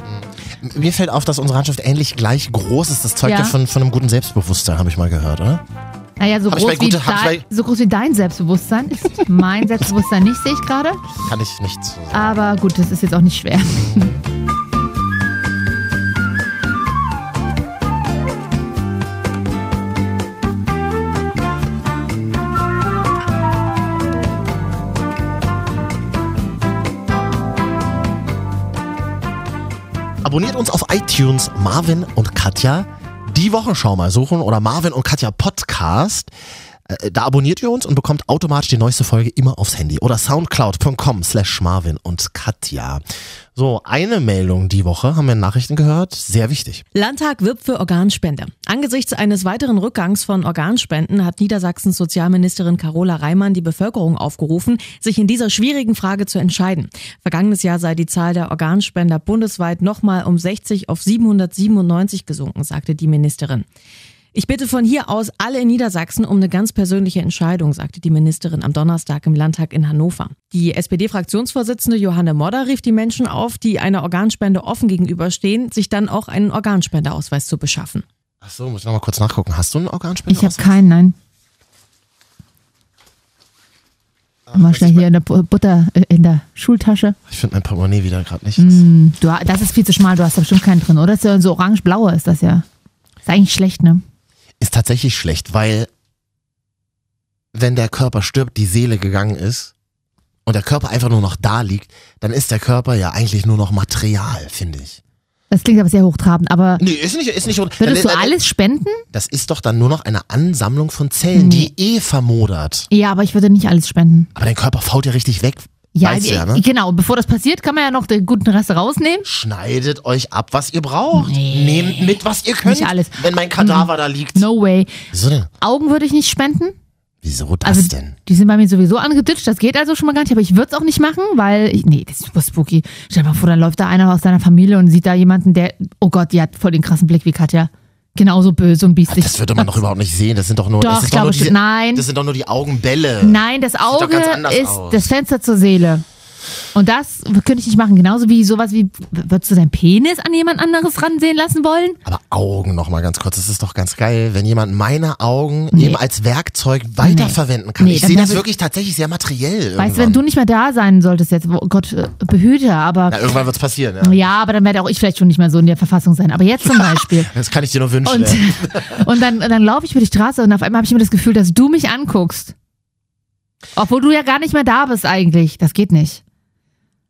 Mir fällt auf, dass unsere Handschrift ähnlich gleich groß ist. Das zeugt ja,
Ja.
von, von einem guten Selbstbewusstsein, habe ich mal gehört, oder?
Naja, so
Hab ich
groß,
bei gute-
wie
hab ich
dein,
bei-
so groß wie dein Selbstbewusstsein ist mein Selbstbewusstsein nicht, sehe ich gerade.
Kann ich nicht so sagen.
Aber gut, das ist jetzt auch nicht schwer.
Abonniert uns auf iTunes Marvin und Katja. Die Wochenschau mal suchen oder Marvin und Katja Podcast. Äh, Da abonniert ihr uns und bekommt automatisch die neueste Folge immer aufs Handy oder soundcloud.com slash Marvin und Katja. So, eine Meldung die Woche haben wir in Nachrichten gehört. Sehr wichtig.
Landtag wirbt für Organspende. Angesichts eines weiteren Rückgangs von Organspenden hat Niedersachsens Sozialministerin Carola Reimann die Bevölkerung aufgerufen, sich in dieser schwierigen Frage zu entscheiden. Vergangenes Jahr sei die Zahl der Organspender bundesweit nochmal um 60 auf 797 gesunken, sagte die Ministerin. Ich bitte von hier aus alle in Niedersachsen um eine ganz persönliche Entscheidung, sagte die Ministerin am Donnerstag im Landtag in Hannover. Die SPD-Fraktionsvorsitzende Johanne Modder rief die Menschen auf, die einer Organspende offen gegenüberstehen, sich dann auch einen Organspendeausweis zu beschaffen.
Ach so, muss ich nochmal kurz nachgucken. Hast du einen Organspender?
Ich habe keinen, nein.
Ah,
Mal schnell hier in der Bu- Butter, äh, in der Schultasche.
Ich finde mein Portemonnaie wieder gerade nicht.
Hm, Du, ha- das ist viel zu schmal, du hast da bestimmt keinen drin, oder? Das ist ja so orange-blauer ist das ja. Ist eigentlich schlecht, ne?
Ist tatsächlich schlecht, weil wenn der Körper stirbt, die Seele gegangen ist und der Körper einfach nur noch da liegt, dann ist der Körper ja eigentlich nur noch Material, finde ich.
Das klingt aber sehr hochtrabend, aber
Nee, ist nicht, ist nicht.
würdest
dann-
du
dann-
alles spenden?
Das ist doch dann nur noch eine Ansammlung von Zellen, die eh vermodert.
Ja, aber ich würde nicht alles spenden.
Aber dein Körper fault ja richtig weg.
Ja,
weißt du
die-
ja, ne?
genau. Bevor das passiert, kann man ja noch den guten Rest rausnehmen.
Schneidet euch ab, was ihr braucht. Nehmt mit, was ihr könnt.
Nicht alles. Mhm.
Wenn mein Kadaver da liegt.
No way.
Wieso denn?
Augen würde ich nicht spenden.
Wieso das
Also,
denn?
die sind bei mir sowieso angeditscht, das geht also schon mal gar nicht, aber ich würde es auch nicht machen, weil, ich, nee, das ist super spooky. Stell dir mal vor, dann läuft da einer aus seiner Familie und sieht da jemanden, der, oh Gott, die hat voll den krassen Blick wie Katja. Genauso böse und biestig.
Das würde man doch überhaupt nicht sehen. Das sind doch nur,
Doch,
das
ich
ist doch
glaube
nur
schon.
diese,
Nein.
Das sind doch nur die Augenbälle.
Nein, das
doch
Auge
ganz anders
ist
aus.
das Fenster zur Seele. Und das könnte ich nicht machen. Genauso wie sowas wie, würdest du deinen Penis an jemand anderes ransehen lassen wollen?
Aber Augen noch mal ganz kurz. Das ist doch ganz geil, wenn jemand meine Augen
Nee.
eben als Werkzeug weiterverwenden kann.
Nee,
ich
dann
sehe
hab
das
ich-
wirklich tatsächlich sehr materiell.
Weißt du, wenn
irgendwann.
du nicht mehr da sein solltest jetzt, oh Gott, äh, behüte, aber.
Na, irgendwann wird's passieren, ja.
Ja, aber dann werde auch ich vielleicht schon nicht mehr so in der Verfassung sein. Aber jetzt
<laughs>
zum Beispiel.
Das kann ich dir nur wünschen.
Und,
ey.
<laughs> und dann, dann laufe ich über die Straße und auf einmal habe ich immer das Gefühl, dass du mich anguckst. Obwohl du ja gar nicht mehr da bist eigentlich. Das geht nicht.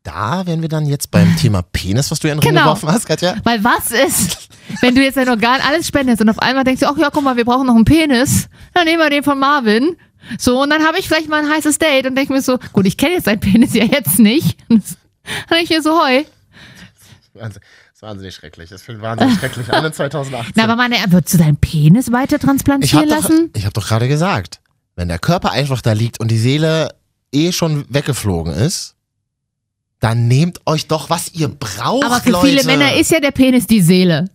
Da wären wir dann jetzt beim Thema Penis, was du ja in den Ring
Genau.
geworfen hast, Katja.
Weil was ist, wenn du jetzt dein Organ alles spendest und auf einmal denkst du, ach ja, guck mal, wir brauchen noch einen Penis. Dann nehmen wir den von Marvin. So, und dann habe ich vielleicht mal ein heißes Date und denke mir so, gut, ich kenne jetzt deinen Penis ja jetzt nicht. Dann denke ich mir so, heu.
Das ist wahnsinnig schrecklich. Das fängt wahnsinnig schrecklich
<laughs>
an in 2018.
Na, aber meine, würdest du deinen Penis weiter
ich
transplantieren
habe doch,
lassen?
ich hab doch gerade gesagt, wenn der Körper einfach da liegt und die Seele eh schon weggeflogen ist, dann nehmt euch doch, was ihr braucht,
aber für
Leute.
viele Männer ist ja der Penis die Seele.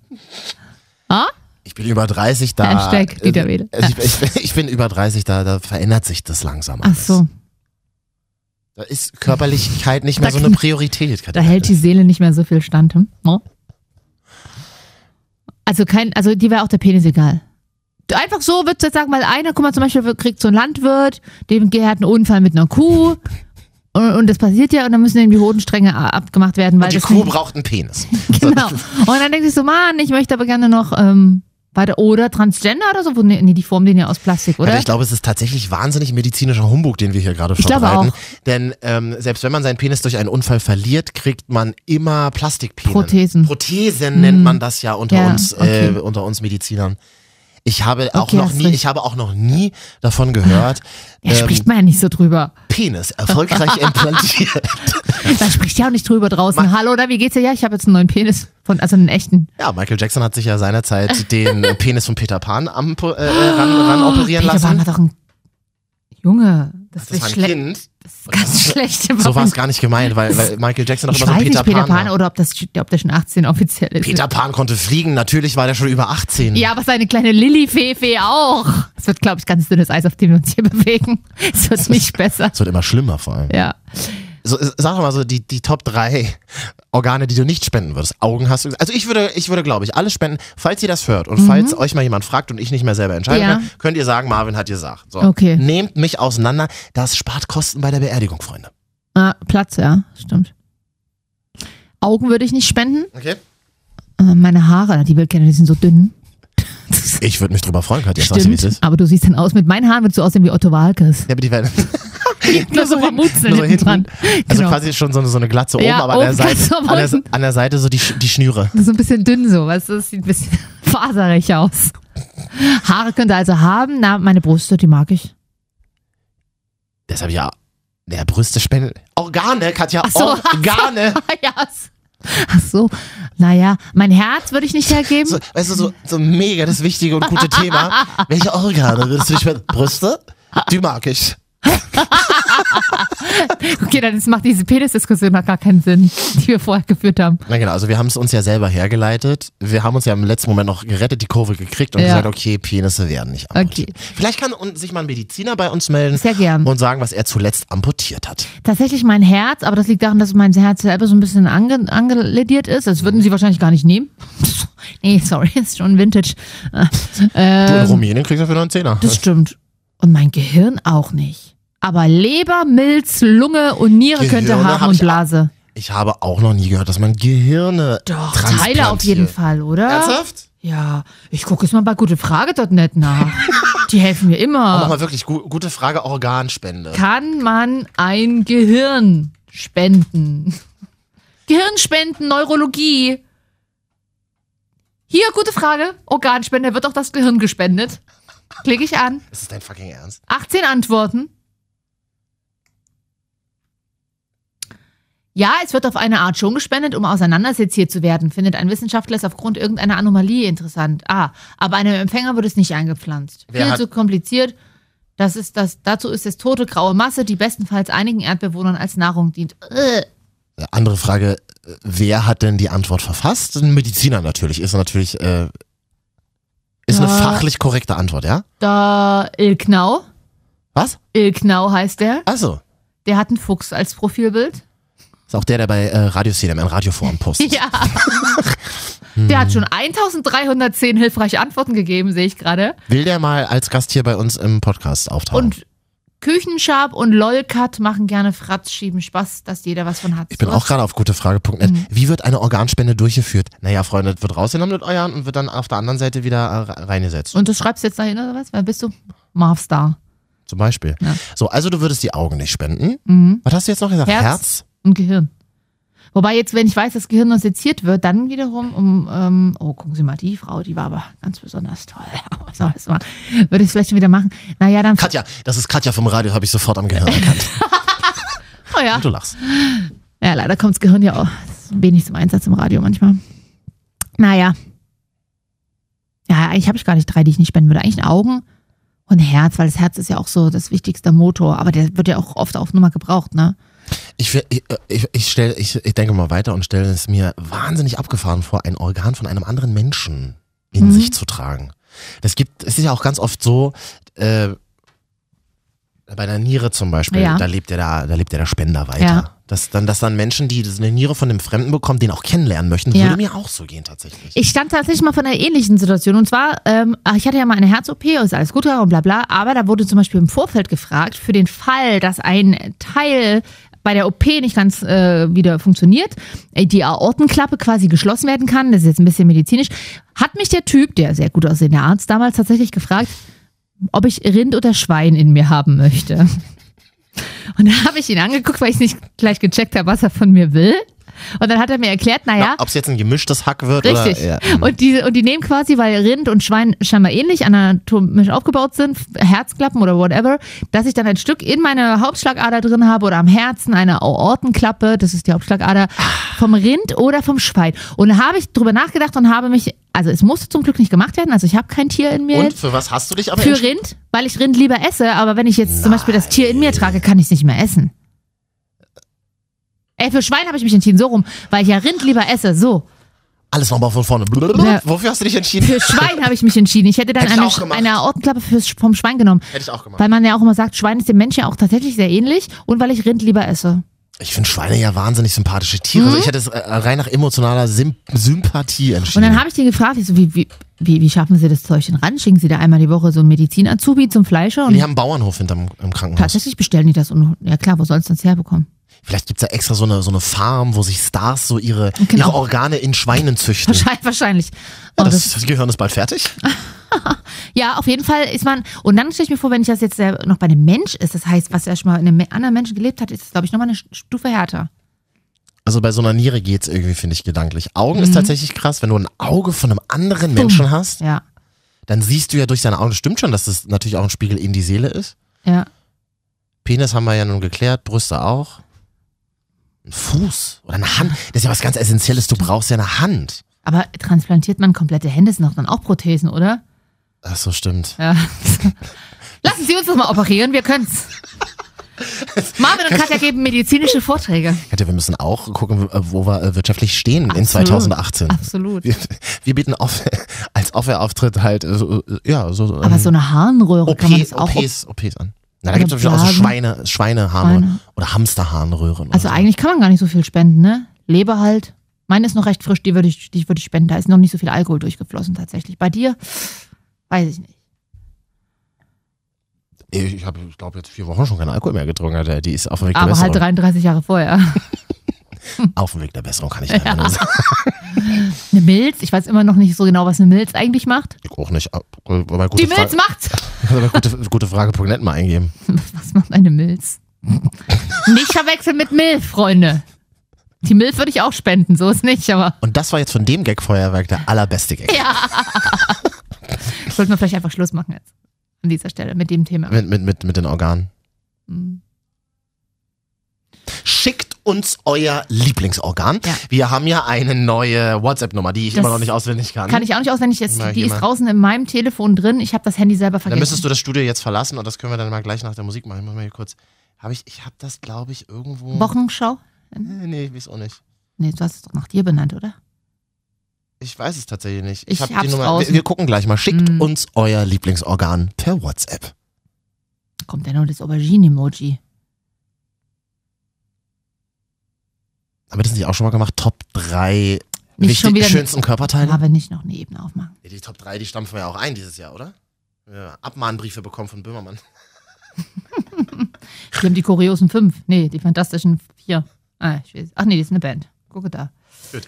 Ah?
Ich bin über 30 da.
Hashtag Dieter
äh,
Wedel.
also ich, ich, bin- ich bin über 30 da, da verändert sich das langsam
Ach
alles.
so.
Da ist Körperlichkeit nicht mehr
Da
so eine
kn-
Priorität, Katja.
Da hält die Seele nicht mehr so viel stand. Hm? No? Also kein, also die wäre auch der Penis egal. Du- Einfach so wird jetzt sagen, mal einer, guck mal, zum Beispiel kriegt so ein Landwirt, dem ge- hat einen Unfall mit einer Kuh und, und das passiert ja und dann müssen eben die Hodenstränge a- abgemacht werden, weil
Und die
das
Kuh
nicht-
braucht einen Penis.
genau. Und dann denkt sich so, Mann, ich möchte aber gerne noch ähm, weiter oder Transgender oder so, wo nee, nee, die formen den ja aus Plastik, oder?
Also ich glaube, es ist tatsächlich wahnsinnig medizinischer Humbug, den wir hier gerade
Ich glaube
verbreiten.
auch.
Denn ähm, selbst wenn man seinen Penis durch einen Unfall verliert, kriegt man immer Plastikpenen.
Prothesen. Mhm.
Prothesen nennt man das ja unter
Ja,
uns, äh,
okay.
unter uns Medizinern. Ich habe auch
Okay,
noch
hast
nie,
recht.
ich habe auch noch nie davon
<laughs>
gehört,
Ja,
ähm,
spricht man ja nicht so drüber.
Penis erfolgreich
<laughs>
implantiert.
Man spricht ja auch nicht drüber draußen.
Ma-
Hallo, oder wie geht's dir? Ja, ich habe jetzt einen neuen Penis. Von, also einen echten.
Ja, Michael Jackson hat sich ja seinerzeit den äh, Penis von Peter Pan am, Po- äh, ran,
<gasps>
ran operieren
Oh, Peter
lassen.
Pan war doch ein Junge. Das,
Das
ist
war ein
schlecht.
Kind.
Das
<laughs>
ist ganz schlecht.
So war es gar nicht gemeint, weil, weil Michael Jackson doch
Ich
immer so
weiß
Peter,
nicht, Peter
Pan
Pan
war.
oder ob, das, ob der schon 18 offiziell ist.
Peter Pan konnte fliegen, natürlich war der schon über 18.
Ja, aber seine kleine Lilly-Feefee auch. Es wird, glaube ich, ganz dünnes Eis, auf dem wir uns hier <laughs> bewegen. Es wird nicht besser.
Es wird immer schlimmer vor allem.
Ja.
So, äh, sag doch mal so, die, die Top 3 Organe, die du nicht spenden würdest. Augen hast du gesagt. Also ich würde, ich würde, glaube ich, alles spenden. Falls ihr das hört und falls euch mal jemand fragt und ich nicht mehr selber entscheiden
Mhm. Ja.
kann, könnt ihr sagen, Marvin hat gesagt. So.
Okay.
Nehmt mich auseinander. Das spart Kosten bei der Beerdigung, Freunde.
Ah, Platz, ja, stimmt. Augen würde ich nicht spenden.
Okay.
Äh, Meine Haare, die Wildkinder, die sind so dünn.
Ich würde mich drüber freuen, Katja. Sagst du, wie es
Stimmt,
ist?
aber du siehst dann aus, mit meinen Haaren würdest du aussehen wie
<laughs>
Otto Walkes.
Ja, aber die werden.
Nur so vermutzeln
nur so
hinten dran.
Also
Genau.
quasi schon so eine, so eine Glatze oben,
Ja,
aber an der,
oben ganz
Seite,
nach
an, der,
unten.
an der Seite so die, Sch- die Schnüre.
Das ist ein bisschen dünn so, weißt du, das sieht ein bisschen <laughs> faserig aus. Haare könnte also haben, na, meine Brust, die mag ich.
Deshalb ja. Der Brüste spenden. Organe, Katja.
Ach so.
Organe.
<laughs> ja. Ach so, naja, mein Herz würde ich nicht hergeben.
So, weißt du, so, so mega das wichtige und gute Thema. Welche Organe würdest du dich mit Brüste? Die mag ich.
Okay, dann ist- macht diese Penisdiskussion noch gar keinen Sinn, die wir vorher geführt haben.
Na genau, also wir haben es uns ja selber hergeleitet. Wir haben uns ja im letzten Moment noch gerettet, die Kurve gekriegt und
Ja.
gesagt, okay, Penisse werden nicht amputiert.
Okay.
Vielleicht kann un- sich mal ein Mediziner bei uns melden
Sehr gern.
und sagen, was er zuletzt amputiert hat.
Tatsächlich mein Herz, aber das liegt daran, dass mein Herz selber so ein bisschen ange angelediert ist. Das würden sie wahrscheinlich gar nicht nehmen. <laughs> nee, sorry, ist schon Vintage. Äh,
du in Rumänien kriegst du für einen Zehner.
das stimmt. Und mein Gehirn auch nicht. Aber Leber, Milz, Lunge und Niere
Gehirne
könnte haben
hab
und
ich auch.
Blase.
Ich habe auch noch nie gehört, dass man Gehirne
Doch,
transplantiert.
Teile auf jeden Fall, oder?
Ernsthaft?
Ja, ich gucke jetzt mal bei gutefrage.net nach. Die helfen mir
Aber
immer.
nochmal wirklich gu gute Frage, Organspende.
Kann man ein Gehirn spenden? Gehirnspenden, Neurologie. Hier, gute Frage. Organspende, wird auch das Gehirn gespendet? Klicke ich an.
Ist das dein fucking Ernst?
18 Antworten. Ja, es wird auf eine Art schon gespendet, um auseinanderseziert zu werden, findet ein Wissenschaftler es aufgrund irgendeiner Anomalie interessant. Ah, aber einem Empfänger wird es nicht eingepflanzt.
Wer
Viel
hat-
zu kompliziert. Das ist das, dazu ist es tote graue Masse, die bestenfalls einigen Erdbewohnern als Nahrung dient. Äh,
Andere Frage, äh, wer hat denn die Antwort verfasst? Ein Mediziner natürlich, ist natürlich, äh, ist eine
Ja.
fachlich korrekte Antwort, ja?
da Ilknau.
Was?
Ilknau heißt der.
Achso,
Der hat einen Fuchs als Profilbild.
ist auch der, der bei äh, Radio CDM in Radioform postet.
<laughs> Ja. Der hat schon 1310 hilfreiche Antworten gegeben, sehe ich gerade.
Will der mal als Gast hier bei uns im Podcast auftauchen?
Und Küchenschab und Lolcat machen gerne Fratz, schieben Spaß, dass jeder was Mhm. von hat.
ich bin auch gerade auf gutefrage.net. Wie wird eine Organspende durchgeführt? Naja, Freunde, das wird rausgenommen mit euren und wird dann auf der anderen Seite wieder äh, reingesetzt.
Und du schreibst jetzt dahin oder was? Wer bist du? Marvstar.
Zum Beispiel.
Ja.
So, also du würdest die Augen nicht spenden.
Mhm.
Was hast du jetzt noch gesagt?
Herz.
Herz?
Und Gehirn. Wobei jetzt, wenn ich weiß, dass Gehirn noch seziert wird, dann wiederum um, ähm, oh, gucken Sie mal, die Frau, die war aber ganz besonders toll. <laughs> Was soll das mal? Würde ich es vielleicht schon wieder machen? Naja, dann.
Katja, das ist Katja vom Radio, habe ich sofort am Gehirn erkannt.
<laughs> Oh ja.
Und du lachst.
Ja, leider kommt das Gehirn ja auch wenig zum Einsatz im Radio manchmal. Naja. Ja, eigentlich habe ich gar nicht drei, die ich nicht spenden würde. Eigentlich ein Augen und ein Herz, weil das Herz ist ja auch so das wichtigste Motor, aber der wird ja auch oft auf Nummer gebraucht, ne?
Ich, will- ich, äh, ich, ich, stell, ich, ich denke mal weiter und stelle es mir wahnsinnig abgefahren vor, ein Organ von einem anderen Menschen in
Mhm.
sich zu tragen. Das gibt, es ist ja auch ganz oft so, äh, bei der Niere zum Beispiel,
Ja.
da lebt ja der, da lebt ja der Spender weiter.
Ja.
Dass dann, dass dann Menschen, die das- eine Niere von einem Fremden bekommen, den auch kennenlernen möchten,
Ja.
würde mir auch so gehen tatsächlich.
Ich stand tatsächlich mal vor einer ähnlichen Situation. Und zwar, ähm, ich hatte ja mal eine Herz-OP, ist alles gut und bla bla. Aber da wurde zum Beispiel im Vorfeld gefragt, für den Fall, dass ein Teil bei der OP nicht ganz äh, wieder funktioniert, äh, die Aortenklappe quasi geschlossen werden kann, das ist jetzt ein bisschen medizinisch, hat mich der Typ, der sehr gut aussehende Arzt damals tatsächlich gefragt, ob ich Rind oder Schwein in mir haben möchte. Und da habe ich ihn angeguckt, weil ich nicht gleich gecheckt habe, was er von mir will. Und dann hat er mir erklärt, naja,
Ob es jetzt ein gemischtes Hack wird
Richtig.
oder. mhm.
Und, die, und die nehmen quasi, weil Rind und Schwein scheinbar ähnlich anatomisch aufgebaut sind, Herzklappen oder whatever, dass ich dann ein Stück in meiner Hauptschlagader drin habe oder am Herzen eine Aortenklappe, das ist die Hauptschlagader, vom Rind oder vom Schwein. Und da habe ich drüber nachgedacht und habe mich, also es musste zum Glück nicht gemacht werden, also ich habe kein Tier in mir
Und
jetzt.
für was hast du dich aber
Für
entschieden?
Rind, weil ich Rind lieber esse, aber wenn ich jetzt zum Beispiel das Tier in mir trage, kann ich es nicht mehr essen. Ey, für Schwein habe ich mich entschieden, so rum, weil ich ja Rind lieber esse, so.
Alles nochmal von vorne.
Ja.
Wofür hast du dich entschieden? <laughs>
Für Schwein habe ich mich entschieden. Ich hätte dann
Hätte ich
eine,
auch gemacht.
eine Aortenklappe fürs, vom Schwein genommen.
Hätte ich auch gemacht.
Weil man ja auch immer sagt, Schwein ist dem Menschen ja auch tatsächlich sehr ähnlich und weil ich Rind lieber esse.
Ich finde Schweine ja wahnsinnig sympathische Tiere.
Mhm.
Also ich hätte es äh, rein nach emotionaler Symp Sympathie
Und
entschieden.
dann habe ich den gefragt, ich so, wie, wie, wie, wie schaffen Sie das Zeug denn ran? Schicken Sie da einmal die Woche so einen Medizin-Azubi zum Fleischer? Und
die haben einen Bauernhof hinterm im Krankenhaus.
tatsächlich bestellen die das. Und ja klar, wo soll's sonst herbekommen?
Vielleicht gibt's da extra so eine, so eine Farm, wo sich Stars so ihre,
Genau.
ihre Organe in Schweinen züchten.
Wahrscheinlich. wahrscheinlich. Oh,
Ja,
das,
das, das Gehirn ist bald fertig.
ja, auf jeden Fall ist man, und dann stelle ich mir vor, wenn ich das jetzt äh, noch bei einem Mensch ist, das heißt, was er schon mal in einem anderen Menschen gelebt hat, ist das, glaube ich, nochmal eine Stufe härter.
Also bei so einer Niere geht's irgendwie, finde ich, gedanklich. Augen
Mhm.
ist tatsächlich krass. Wenn du ein Auge von einem anderen Menschen hast,
Ja,
dann siehst du ja durch seine Augen, das stimmt schon, dass das natürlich auch ein Spiegel in die Seele ist.
ja.
Penis haben wir ja nun geklärt, Brüste auch. Ein Fuß oder eine Hand. Das ist ja was ganz Essentielles. Du brauchst ja eine Hand.
Aber transplantiert man komplette Hände, sind doch dann auch Prothesen, oder?
Ach so, stimmt. <laughs>
Ja. Lassen Sie uns doch mal operieren, wir können's. Marvin und Katja geben medizinische Vorträge.
Katja, wir müssen auch gucken, wo wir äh, wirtschaftlich stehen in
Absolut.
2018.
Absolut.
Wir, wir bieten auf, <laughs> als Offer-Auftritt halt, äh, so, äh, ja, so, ähm,
Aber so eine Harnröhre
OP,
kann man das auch.
OPs, OPs an. Na, da
Oder
gibt es natürlich auch so
Blasen.
Schweine, Schweineharnröhren
Schweine.
oder Hamsterharnröhren. oder
Also
so.
eigentlich kann man gar nicht so viel spenden, ne? Leber halt. Meine ist noch recht frisch, die würde ich, die würde ich spenden. Da ist noch nicht so viel Alkohol durchgeflossen tatsächlich. Bei dir? Weiß ich nicht.
Ich, ich habe, ich glaube, jetzt vier Wochen schon keinen Alkohol mehr getrunken. Alter. Die ist auf dem Weg der
Aber halt
Besserung.
33 Jahre vorher. <laughs>
auf dem Weg der Besserung kann ich einfach nur sagen.
Eine Milz, ich weiß immer noch nicht so genau, was eine Milz eigentlich macht.
Ich auch nicht. aber- aber gute
Die Milz
Frage-
macht's!
Aber gute, gute Frage, Pognet mal eingeben.
Was macht eine Milz? nicht verwechseln mit Milf, Freunde. Die Milf würde ich auch spenden, so ist nicht, aber
Und das war jetzt von dem Gag-Feuerwerk der allerbeste Gag.
sollten wir vielleicht einfach Schluss machen jetzt. An dieser Stelle mit dem Thema.
Mit, mit, mit, mit den Organen.
Mhm.
Schickt uns euer Lieblingsorgan.
Ja.
Wir haben ja eine neue WhatsApp-Nummer, die ich
Das
immer noch nicht auswendig kann.
Kann ich auch nicht auswendig, jetzt,
Mal
die
hier
ist
mal.
draußen in meinem Telefon drin. Ich habe das Handy selber
dann
vergessen.
müsstest du das Studio jetzt verlassen und das können wir dann mal gleich nach der Musik machen. Ich muss mal hier kurz. Hab ich ich habe das, glaube ich, irgendwo.
Wochenschau?
Nee, nee, ich weiß auch nicht.
Nee, du hast es doch nach dir benannt, oder?
Ich weiß es tatsächlich nicht.
Ich
hab die
hab's
Nummer. Wir,
draußen.
wir gucken gleich mal. Schickt
Mm.
uns euer Lieblingsorgan per WhatsApp.
Kommt ja nur das Aubergine-Emoji.
Haben wir das nicht auch schon mal gemacht? Top 3
Nicht schon wieder-
schönsten Körperteile?
Aber nicht noch eine Ebene aufmachen.
Ja, die Top 3, die stampfen wir ja auch ein dieses Jahr, oder? Ja, Abmahnbriefe bekommen von Böhmermann.
Wir haben die kuriosen fünf. Nee, die fantastischen vier. Ah, ich weiß. Ach nee, die ist eine Band. Gucke da.
Bis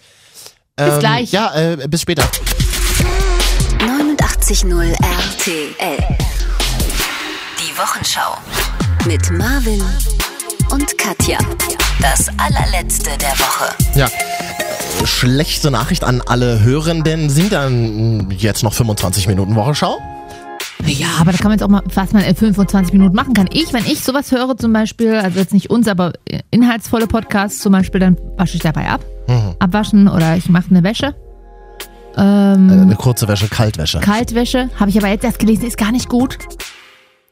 gleich.
Ja, äh, bis später.
89.0 RTL. Die Wochenschau. Mit Marvin und Katja. Das allerletzte der Woche.
Ja. Schlechte Nachricht an alle Hörenden. Sind dann jetzt noch 25 Minuten Wochenschau?
Ja, aber da kann man jetzt auch mal, was man in 25 Minuten machen kann. Ich, wenn ich sowas höre zum Beispiel, also jetzt nicht uns, aber inhaltsvolle Podcasts zum Beispiel, dann wasche ich dabei ab. Abwaschen oder ich mache eine Wäsche. Ähm,
Äh, Eine kurze Wäsche, Kaltwäsche.
Kaltwäsche, habe ich aber jetzt erst gelesen, ist gar nicht gut.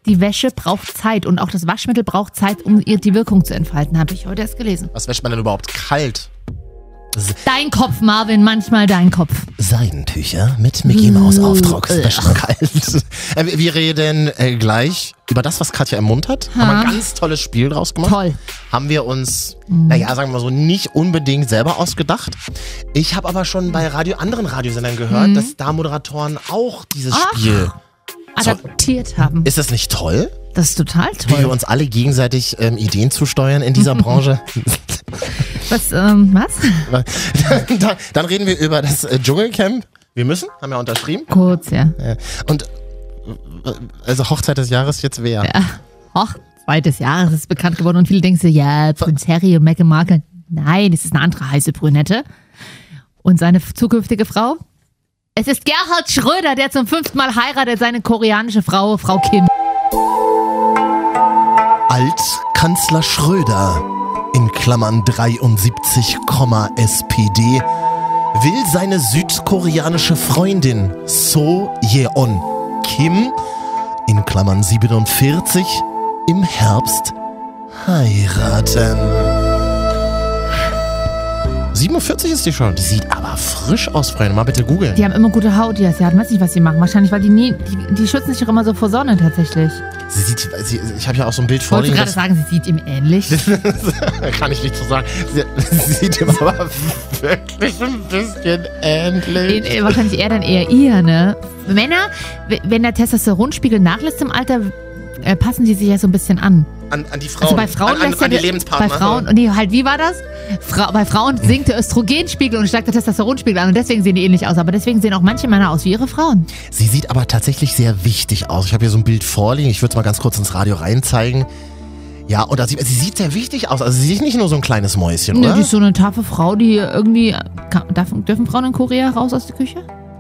Die Wäsche braucht Zeit und auch das Waschmittel braucht Zeit, um ihr die Wirkung zu entfalten, habe ich heute erst gelesen.
Was wäscht man denn überhaupt kalt?
Dein Kopf, Marvin, manchmal dein Kopf.
Seidentücher mit Mickey
Mm,
Maus Aufdruck. Wäscht man kalt. <laughs> Äh, wir- wir reden äh, gleich über das, was Katja im Mund hat. Haben wir ein ganz tolles Spiel draus gemacht.
Toll. Mm.
haben wir uns, naja, sagen wir mal so, nicht unbedingt selber ausgedacht. Ich habe aber schon bei Radio, anderen Radiosendern gehört,
Mm.
dass da Moderatoren auch dieses Spiel.
Adaptiert haben.
Ist das nicht toll,
Das ist total
wie wir
toll.
uns alle gegenseitig ähm, Ideen zusteuern in
<laughs>
dieser Branche? <laughs>
Was? Ähm, was?
dann, dann reden wir über das äh, Dschungelcamp. Wir müssen, haben ja unterschrieben.
Kurz, ja.
Äh, Und äh, also Hochzeit des Jahres jetzt wer?
Och, zweites Jahres ist bekannt geworden und viele denken so, ja, Prinz Harry und Meghan Markle. Nein, es ist eine andere heiße Brünette. Und seine zukünftige Frau? Es ist Gerhard Schröder, der zum fünften Mal heiratet seine koreanische Frau, Frau Kim.
Altkanzler Schröder in Klammern 73, SPD will seine südkoreanische Freundin So Yeon Kim in Klammern 47 im Herbst heiraten. 47 ist die schon. Die sieht aber frisch aus, Freunde. Mal bitte googeln.
Die haben immer gute Haut, die das ja. Ich weiß nicht, was sie machen. Wahrscheinlich, weil die nie, die, die schützen sich auch immer so vor Sonne tatsächlich.
Sie sieht, sie, ich habe ja auch so ein Bild
Ich
vor
wollte
Ihnen.
gerade
Das,
sagen, sie sieht ihm ähnlich.
<laughs> kann ich nicht so sagen. Sie, sie <laughs> sieht ihm aber wirklich ein bisschen ähnlich.
Äh, Wahrscheinlich eher dann eher ihr, ne? Männer, w- wenn der Testosteronspiegel nachlässt im Alter, äh, passen die sich ja so ein bisschen an.
An, an die Frauen.
Also bei Frauen
an, an,
lässt
an die
ja der-
Lebenspartner.
Bei Frauen, nee, halt, wie war das? Fra bei Frauen sinkt der Östrogenspiegel und steigt der Testosteronspiegel an und deswegen sehen die ähnlich aus. Aber deswegen sehen auch manche Männer aus wie ihre Frauen.
Sie sieht aber tatsächlich sehr wichtig aus. Ich habe hier so ein Bild vorliegen. Ich würde es mal ganz kurz ins Radio reinzeigen. Ja, und da sieht, sie sieht sehr wichtig aus. Also sie ist nicht nur so ein kleines Mäuschen,
Ne,
oder?
die ist so eine taffe Frau, die irgendwie. Kann, darf, dürfen Frauen in Korea raus aus der Küche?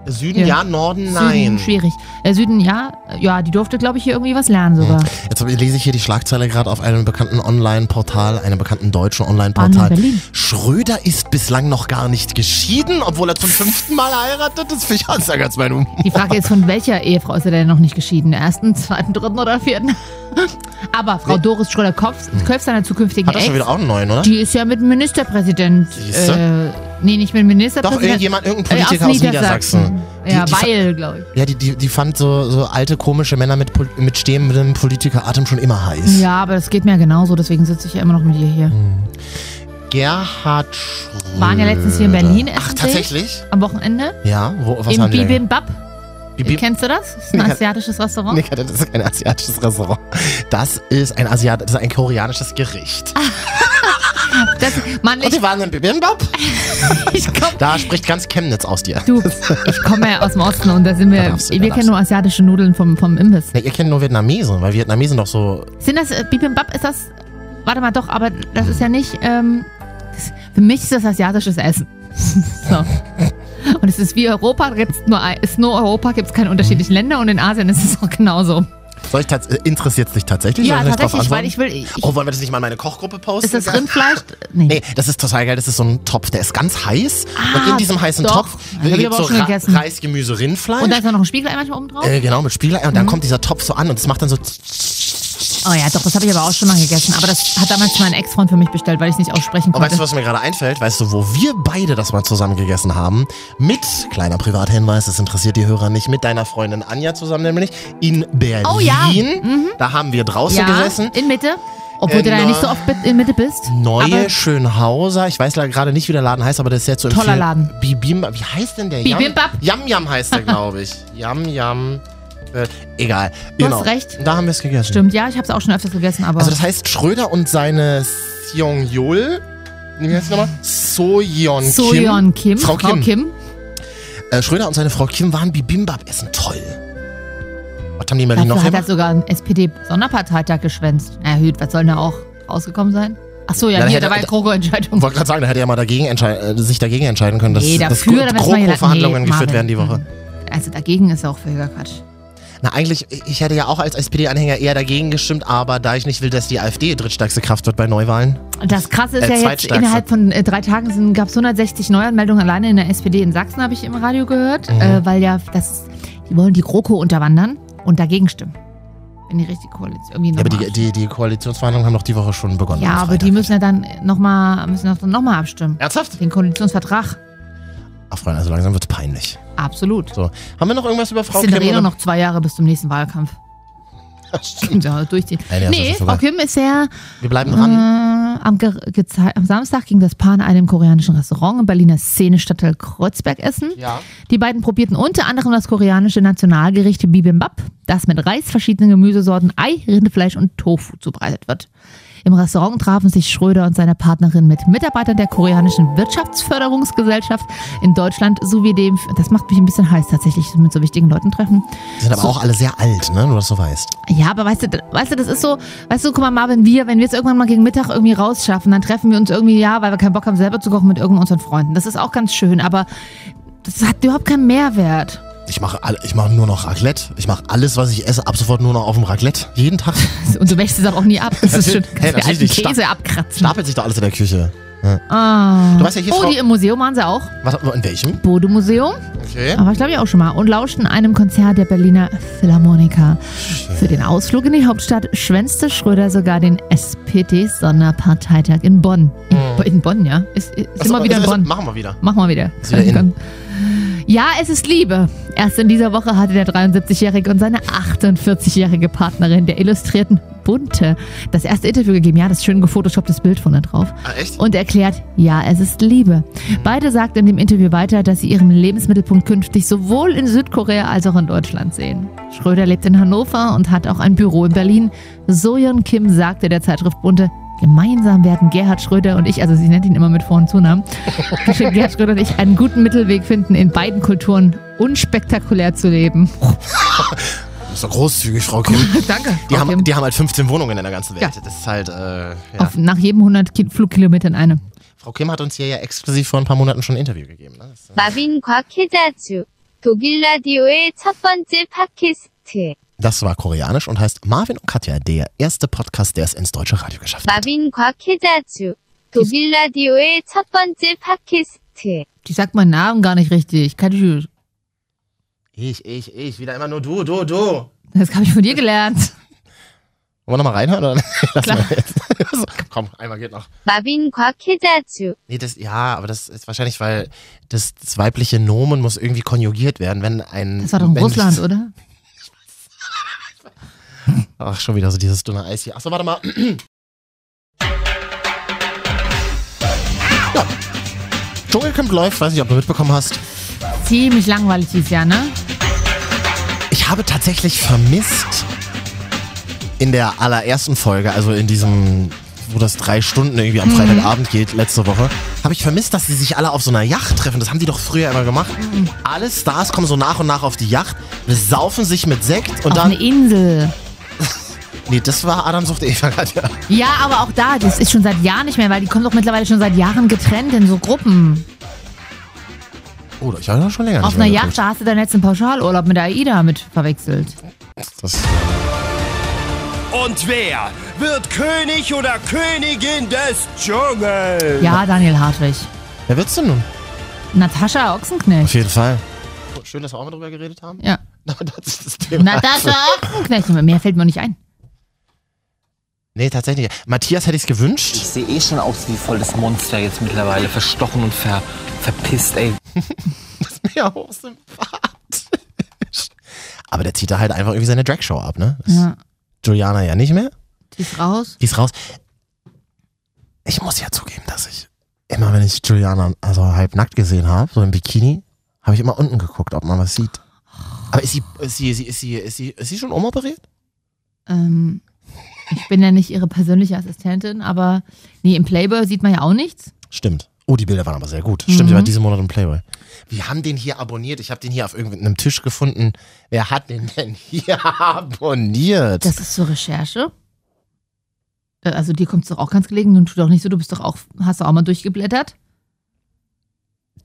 Süden ja,
Ja.
Norden nein.
Süden, schwierig. Äh, Süden, ja. Ja, die durfte, glaube ich, hier irgendwie was lernen sogar.
Jetzt lese ich hier die Schlagzeile gerade auf einem bekannten Online-Portal, einem bekannten deutschen
Bahn Ah, in
Online-Portal.
Berlin.
Schröder ist bislang noch gar nicht geschieden, obwohl er zum fünften Mal heiratet. Das finde ich ganz, ganz mein Humor.
Die Frage ist, von welcher Ehefrau ist er denn noch nicht geschieden? Der ersten, zweiten, dritten oder vierten? <laughs> Aber Frau Doris Schröder-Kopf, seiner zukünftigen
Hat er schon
Ex,
wieder auch einen neuen, oder?
die ist ja mit dem Ministerpräsident. Äh,
Siehste?
nee, nicht mit dem
Doch,
Ministerpräsident. Äh,
irgendjemand, irgendein Politiker aus Niedersachsen. Die-
Ja,
die-
weil, glaube ich.
Ja, die, die, die fand so, so alte, komische Männer mit, Pol- mit stehendem Politikeratem schon immer heiß.
Ja, aber das geht mir ja genauso, deswegen sitze ich ja immer noch mit ihr hier.
Gerhard Schröder.
Waren ja letztens hier in Berlin äh, essen.
Ach,
Bill,
tatsächlich?
Am Wochenende.
Ja, wo, was
Im
haben die denn?
Bibimbap. Äh,
Bibim-
Kennst du das? Das ist ein
Nee,
asiatisches Restaurant.
Nee, das ist kein asiatisches Restaurant. Das ist ein Asiat, das ist ein koreanisches Gericht.
Das, Mann,
Und
ich,
die waren im Bibimbap.
<laughs> ich komm
Da spricht ganz Chemnitz aus dir. <laughs>
Du, ich komme ja aus dem Osten und da sind
Da
wir.
darfst du, da
wir
darfst
kennen nur asiatische Nudeln vom, vom Imbiss.
Na, ihr kennt nur Vietnamesen, weil Vietnamesen doch so.
Sind das äh, Bibimbap? Ist das. Warte mal, doch, aber das ist ja nicht. Ähm, das, für mich ist das asiatisches Essen. <laughs> so. Und es ist wie Europa, gibt's nur, ein- ist nur Europa, gibt es keine unterschiedlichen Länder und in Asien ist es auch genauso.
Soll ich tats- äh, interessiert dich tatsächlich?
Ja,
Soll ich
tatsächlich,
drauf
weil
antworten?
ich will. Ich,
Oh, wollen wir das nicht mal in meine Kochgruppe posten?
ist das Rindfleisch? Nee.
Nee, das ist total geil. Das ist so ein Topf, der ist ganz heiß. und in diesem heißen
Ah, doch.
Topf
Das hab ich
liegt
aber
so
auch schon
Ra
gegessen.
Reis, Gemüse, Rindfleisch.
Und Mhm. da ist auch noch ein Spiegelei manchmal oben drauf?
äh, genau, mit Spiegelei. Und dann kommt dieser Topf so an und es macht dann so.
Oh ja, doch, das habe ich aber auch schon mal gegessen. Aber das hat damals mein Ex-Freund für mich bestellt, weil ich es nicht aussprechen
Und
konnte.
weißt du, was mir gerade einfällt? Weißt du, wo wir beide das mal zusammen gegessen haben? Mit, kleiner Privathinweis, das interessiert die Hörer nicht, mit deiner Freundin Anja zusammen nämlich, in Berlin.
Oh ja.
Da haben wir draußen
ja,
gesessen.
in Mitte. Obwohl
Äh,
du da ja
na-
nicht so oft bit- in Mitte bist.
Neue
Aber-
Schönhauser. Ich weiß leider gerade nicht, wie der Laden heißt, aber das ist sehr zu
Toller
empfehlen.
Laden.
Bibim, wie heißt denn der?
Bibimbap?
Yam Yam heißt der, glaube
<laughs>
ich. Yam Yam. Äh, egal. Genau.
Du hast recht.
Da haben wir es gegessen.
Stimmt, ja, ich habe es auch schon öfters gegessen, aber
Also das heißt, Schröder und seine Seong Yul. Wie heißt sie nochmal? Soyeon Kim.
Soyeon Kim,
Frau Kim.
Kim.
Äh, Schröder und seine Frau Kim waren Bibimbap essen. Toll. Was haben die in Berlin
Dazu
noch
hat er
gemacht?
sogar einen SPD-Sonderparteitag geschwänzt. Na gut, was soll denn da auch rausgekommen sein? Ach so, ja,
Ja, da
hier,
hätte-
da war ja
da- Ich
GroKo-Entscheidung.
wollte gerade sagen, da hätte er mal dagegen entschei- äh, sich dagegen entscheiden können, dass,
Nee,
dass
dafür, da müssen wir hier-
GroKo-Verhandlungen
nee,
geführt
Marvin.
werden die Woche.
Also dagegen ist auch völliger Quatsch.
Na, eigentlich, ich hätte ja auch als SPD-Anhänger eher dagegen gestimmt, aber da ich nicht will, dass die AfD drittstärkste Kraft wird bei Neuwahlen.
Und das Krasse ist
Äh,
ja jetzt,
zweitstärkste.
innerhalb von äh, drei Tagen gab es 160 Neuanmeldungen alleine in der SPD in Sachsen, habe ich im Radio gehört,
Mhm.
äh, weil ja, das, die wollen die GroKo unterwandern und dagegen stimmen. Wenn die richtige Koalition irgendwie
Ja, aber
nochmal
die, die, die Koalitionsverhandlungen haben doch die Woche schon begonnen.
Ja,
am
aber die
Freitag.
müssen ja dann nochmal müssen doch noch mal abstimmen.
Ernsthaft?
Den Koalitionsvertrag.
Ach, Freunde, also langsam wird's peinlich.
Absolut.
So. Haben wir noch irgendwas über Frau
es sind
Kim?
Kim
oder-
noch zwei Jahre bis zum nächsten Wahlkampf. ja, durchziehen.
Nein, ja, das
nee,
ist vorbei.
Frau Kim ist ja
Wir bleiben
äh,
dran.
am, Ge gezei- am Samstag ging das Paar in einem koreanischen Restaurant im Berliner Szene Stadtteil Kreuzberg essen.
Ja.
Die beiden probierten unter anderem das koreanische Nationalgericht Bibimbap, das mit Reis, verschiedenen Gemüsesorten, Ei, Rindfleisch und Tofu zubereitet wird. Im Restaurant trafen sich Schröder und seine Partnerin mit Mitarbeitern der koreanischen Wirtschaftsförderungsgesellschaft in Deutschland sowie dem, das macht mich ein bisschen heiß tatsächlich, mit so wichtigen Leuten treffen.
Die sind aber auch alle sehr alt, ne? Nur, dass du weißt.
Ja, aber weißt du, d- weißt du, das ist so, weißt du, guck mal, Marvin, wir, wenn wir es irgendwann mal gegen Mittag irgendwie rausschaffen, dann treffen wir uns irgendwie, ja, weil wir keinen Bock haben, selber zu kochen mit irgendeinen unseren Freunden. Das ist auch ganz schön, aber das hat überhaupt keinen Mehrwert. <laughs>
Ich mache alle, ich mache nur noch Raclette. Ich mache alles, was ich esse, ab sofort nur noch auf dem Raclette. Jeden
<laughs>
Tag
Und du wäschst es auch, auch nie ab. Das ist schön.
Hey,
Kannst hey,
natürlich
alten
nicht.
Käse abkratzen.
stapelt sich da alles in der Küche.
Ah.
Du weißt ja hier,
oh,
Frau-
die im Museum waren sie auch.
Was, in welchem?
Bodo-Museum.
Okay.
Aber ich glaube ich auch schon mal. Und lauschten einem Konzert der Berliner Philharmoniker. Für den Ausflug in die Hauptstadt schwänzte Schröder sogar den SPD-Sonderparteitag in Bonn. In, Bo- in Bonn, ja. Ist, ist
Achso,
immer wieder
Mhm. also,
in
also,
Bonn.
Machen wir wieder.
Mach mal wieder.
Ist
<laughs>
wieder in.
Ja, es ist Liebe. Erst in dieser Woche hatte der 73-Jährige und seine 48-jährige Partnerin der Illustrierten Bunte das erste Interview gegeben. Ja, das schön gefotoshopptes Bild von da drauf
Ah, echt?
und erklärt, ja, es ist Liebe. Beide sagten in dem Interview weiter, dass sie ihren Lebensmittelpunkt künftig sowohl in Südkorea als auch in Deutschland sehen. Schröder lebt in Hannover und hat auch ein Büro in Berlin. Soyeon Kim sagte der Zeitschrift Bunte, gemeinsam werden Gerhard Schröder und ich, also sie nennt ihn immer mit Vor- und Zunamen, Gerhard Schröder und ich einen guten Mittelweg finden, in beiden Kulturen unspektakulär zu leben.
Das ist doch großzügig, Frau
<laughs>
Kim.
Danke.
Die,
Frau Kim.
haben, die haben halt 15 Wohnungen in der ganzen Welt.
Ja.
Das ist halt, äh, ja.
Auf, nach jedem 100 Ki Flugkilometern eine.
Frau Kim hat uns hier ja exklusiv vor ein paar Monaten schon ein Interview gegeben. Ne? Das, äh,
마빈 곽혜자주 독일 라디오의 첫 번째 팟캐스트
Das war koreanisch und heißt Marvin und Katja, der erste Podcast, der es ins deutsche Radio geschafft hat.
마빈 곽혜자주 독일 라디오의 첫 번째 팟캐스트
Die sagt meinen Namen gar nicht richtig. Katschü.
Ich, ich, ich, wieder immer nur du, du, du. Wollen
Das habe ich von dir gelernt.
wir nochmal reinhören? Oder? <laughs> Lass
Klar.
mal
<laughs>
jetzt. so, komm, einmal geht noch.
마빈 곽혜자주
Nee, das, ja, aber das ist wahrscheinlich, weil das, das weibliche Nomen muss irgendwie konjugiert werden, wenn ein.
Das war doch in
männliches-
Russland, oder?
Ach, schon wieder so dieses dünne Eis hier. Achso, warte mal. <clears throat> ja. Dschungelcamp läuft, weiß nicht, ob du mitbekommen hast.
ziemlich langweilig dieses Jahr, ne?
Ich habe tatsächlich vermisst in der allerersten Folge, also in diesem, wo das drei Stunden irgendwie
Mhm.
am Freitagabend geht, letzte Woche, habe ich vermisst, dass sie sich alle auf so einer Yacht treffen. Das haben die doch früher immer gemacht.
Mhm.
Alle Stars kommen so nach und nach auf die Yacht, besaufen sich mit Sekt und
Auf ne-
dann.
eine Insel.
Nee, das war Adam sucht Eva gerade, ja.
Ja, aber auch da, das ist schon seit Jahren nicht mehr, weil die kommen doch mittlerweile schon seit Jahren getrennt in so Gruppen.
Oh, ich habe schon länger nicht
Auf
mehr
einer
geguckt.
Yacht, da hast du deinen letzten Pauschalurlaub mit der AIDA mit verwechselt.
Das,
Und wer wird König oder Königin des
Äh,
Dschungels?
Ja, Daniel Hartwig.
wer wird's denn nun?
Natascha
Auf
Ochsenknecht.
jeden Fall. Schön, dass wir auch mal drüber geredet haben.
Ja.
Aber <laughs> das ist das Thema.
<laughs> Natascha Ochsenknecht. Mehr fällt mir nicht ein.
Nee, tatsächlich. Matthias hätte ich's
Ich
gewünscht.
sehe eh schon aus wie voll das Monster jetzt mittlerweile. Verstochen und ver, verpisst, ey.
Ja, hochsympathisch. Aber der zieht da halt einfach irgendwie seine Dragshow ab, ne? Das
Ja.
Juliana ja nicht mehr.
Die ist raus.
Die ist raus. Ich muss ja zugeben, dass ich immer, wenn ich Juliana also halb nackt gesehen habe, so im Bikini, habe ich immer unten geguckt, ob man was sieht. Aber ist sie, ist sie, ist sie, ist sie, ist sie, ist sie schon umoperiert?
Ähm, ich bin ja nicht ihre persönliche Assistentin, aber nee, im Playboy sieht man ja auch nichts.
Stimmt. Oh, die Bilder waren aber sehr gut.
Mhm.
Stimmt, die war diesen Monat im Playboy. Wir haben den hier abonniert. Ich habe den hier auf irgendeinem Tisch gefunden. Wer hat den denn hier <laughs> abonniert?
Das ist zur Recherche. Äh, Also dir kommt es doch auch ganz gelegen. Nun tu doch nicht so, du bist doch auch, hast du auch mal durchgeblättert.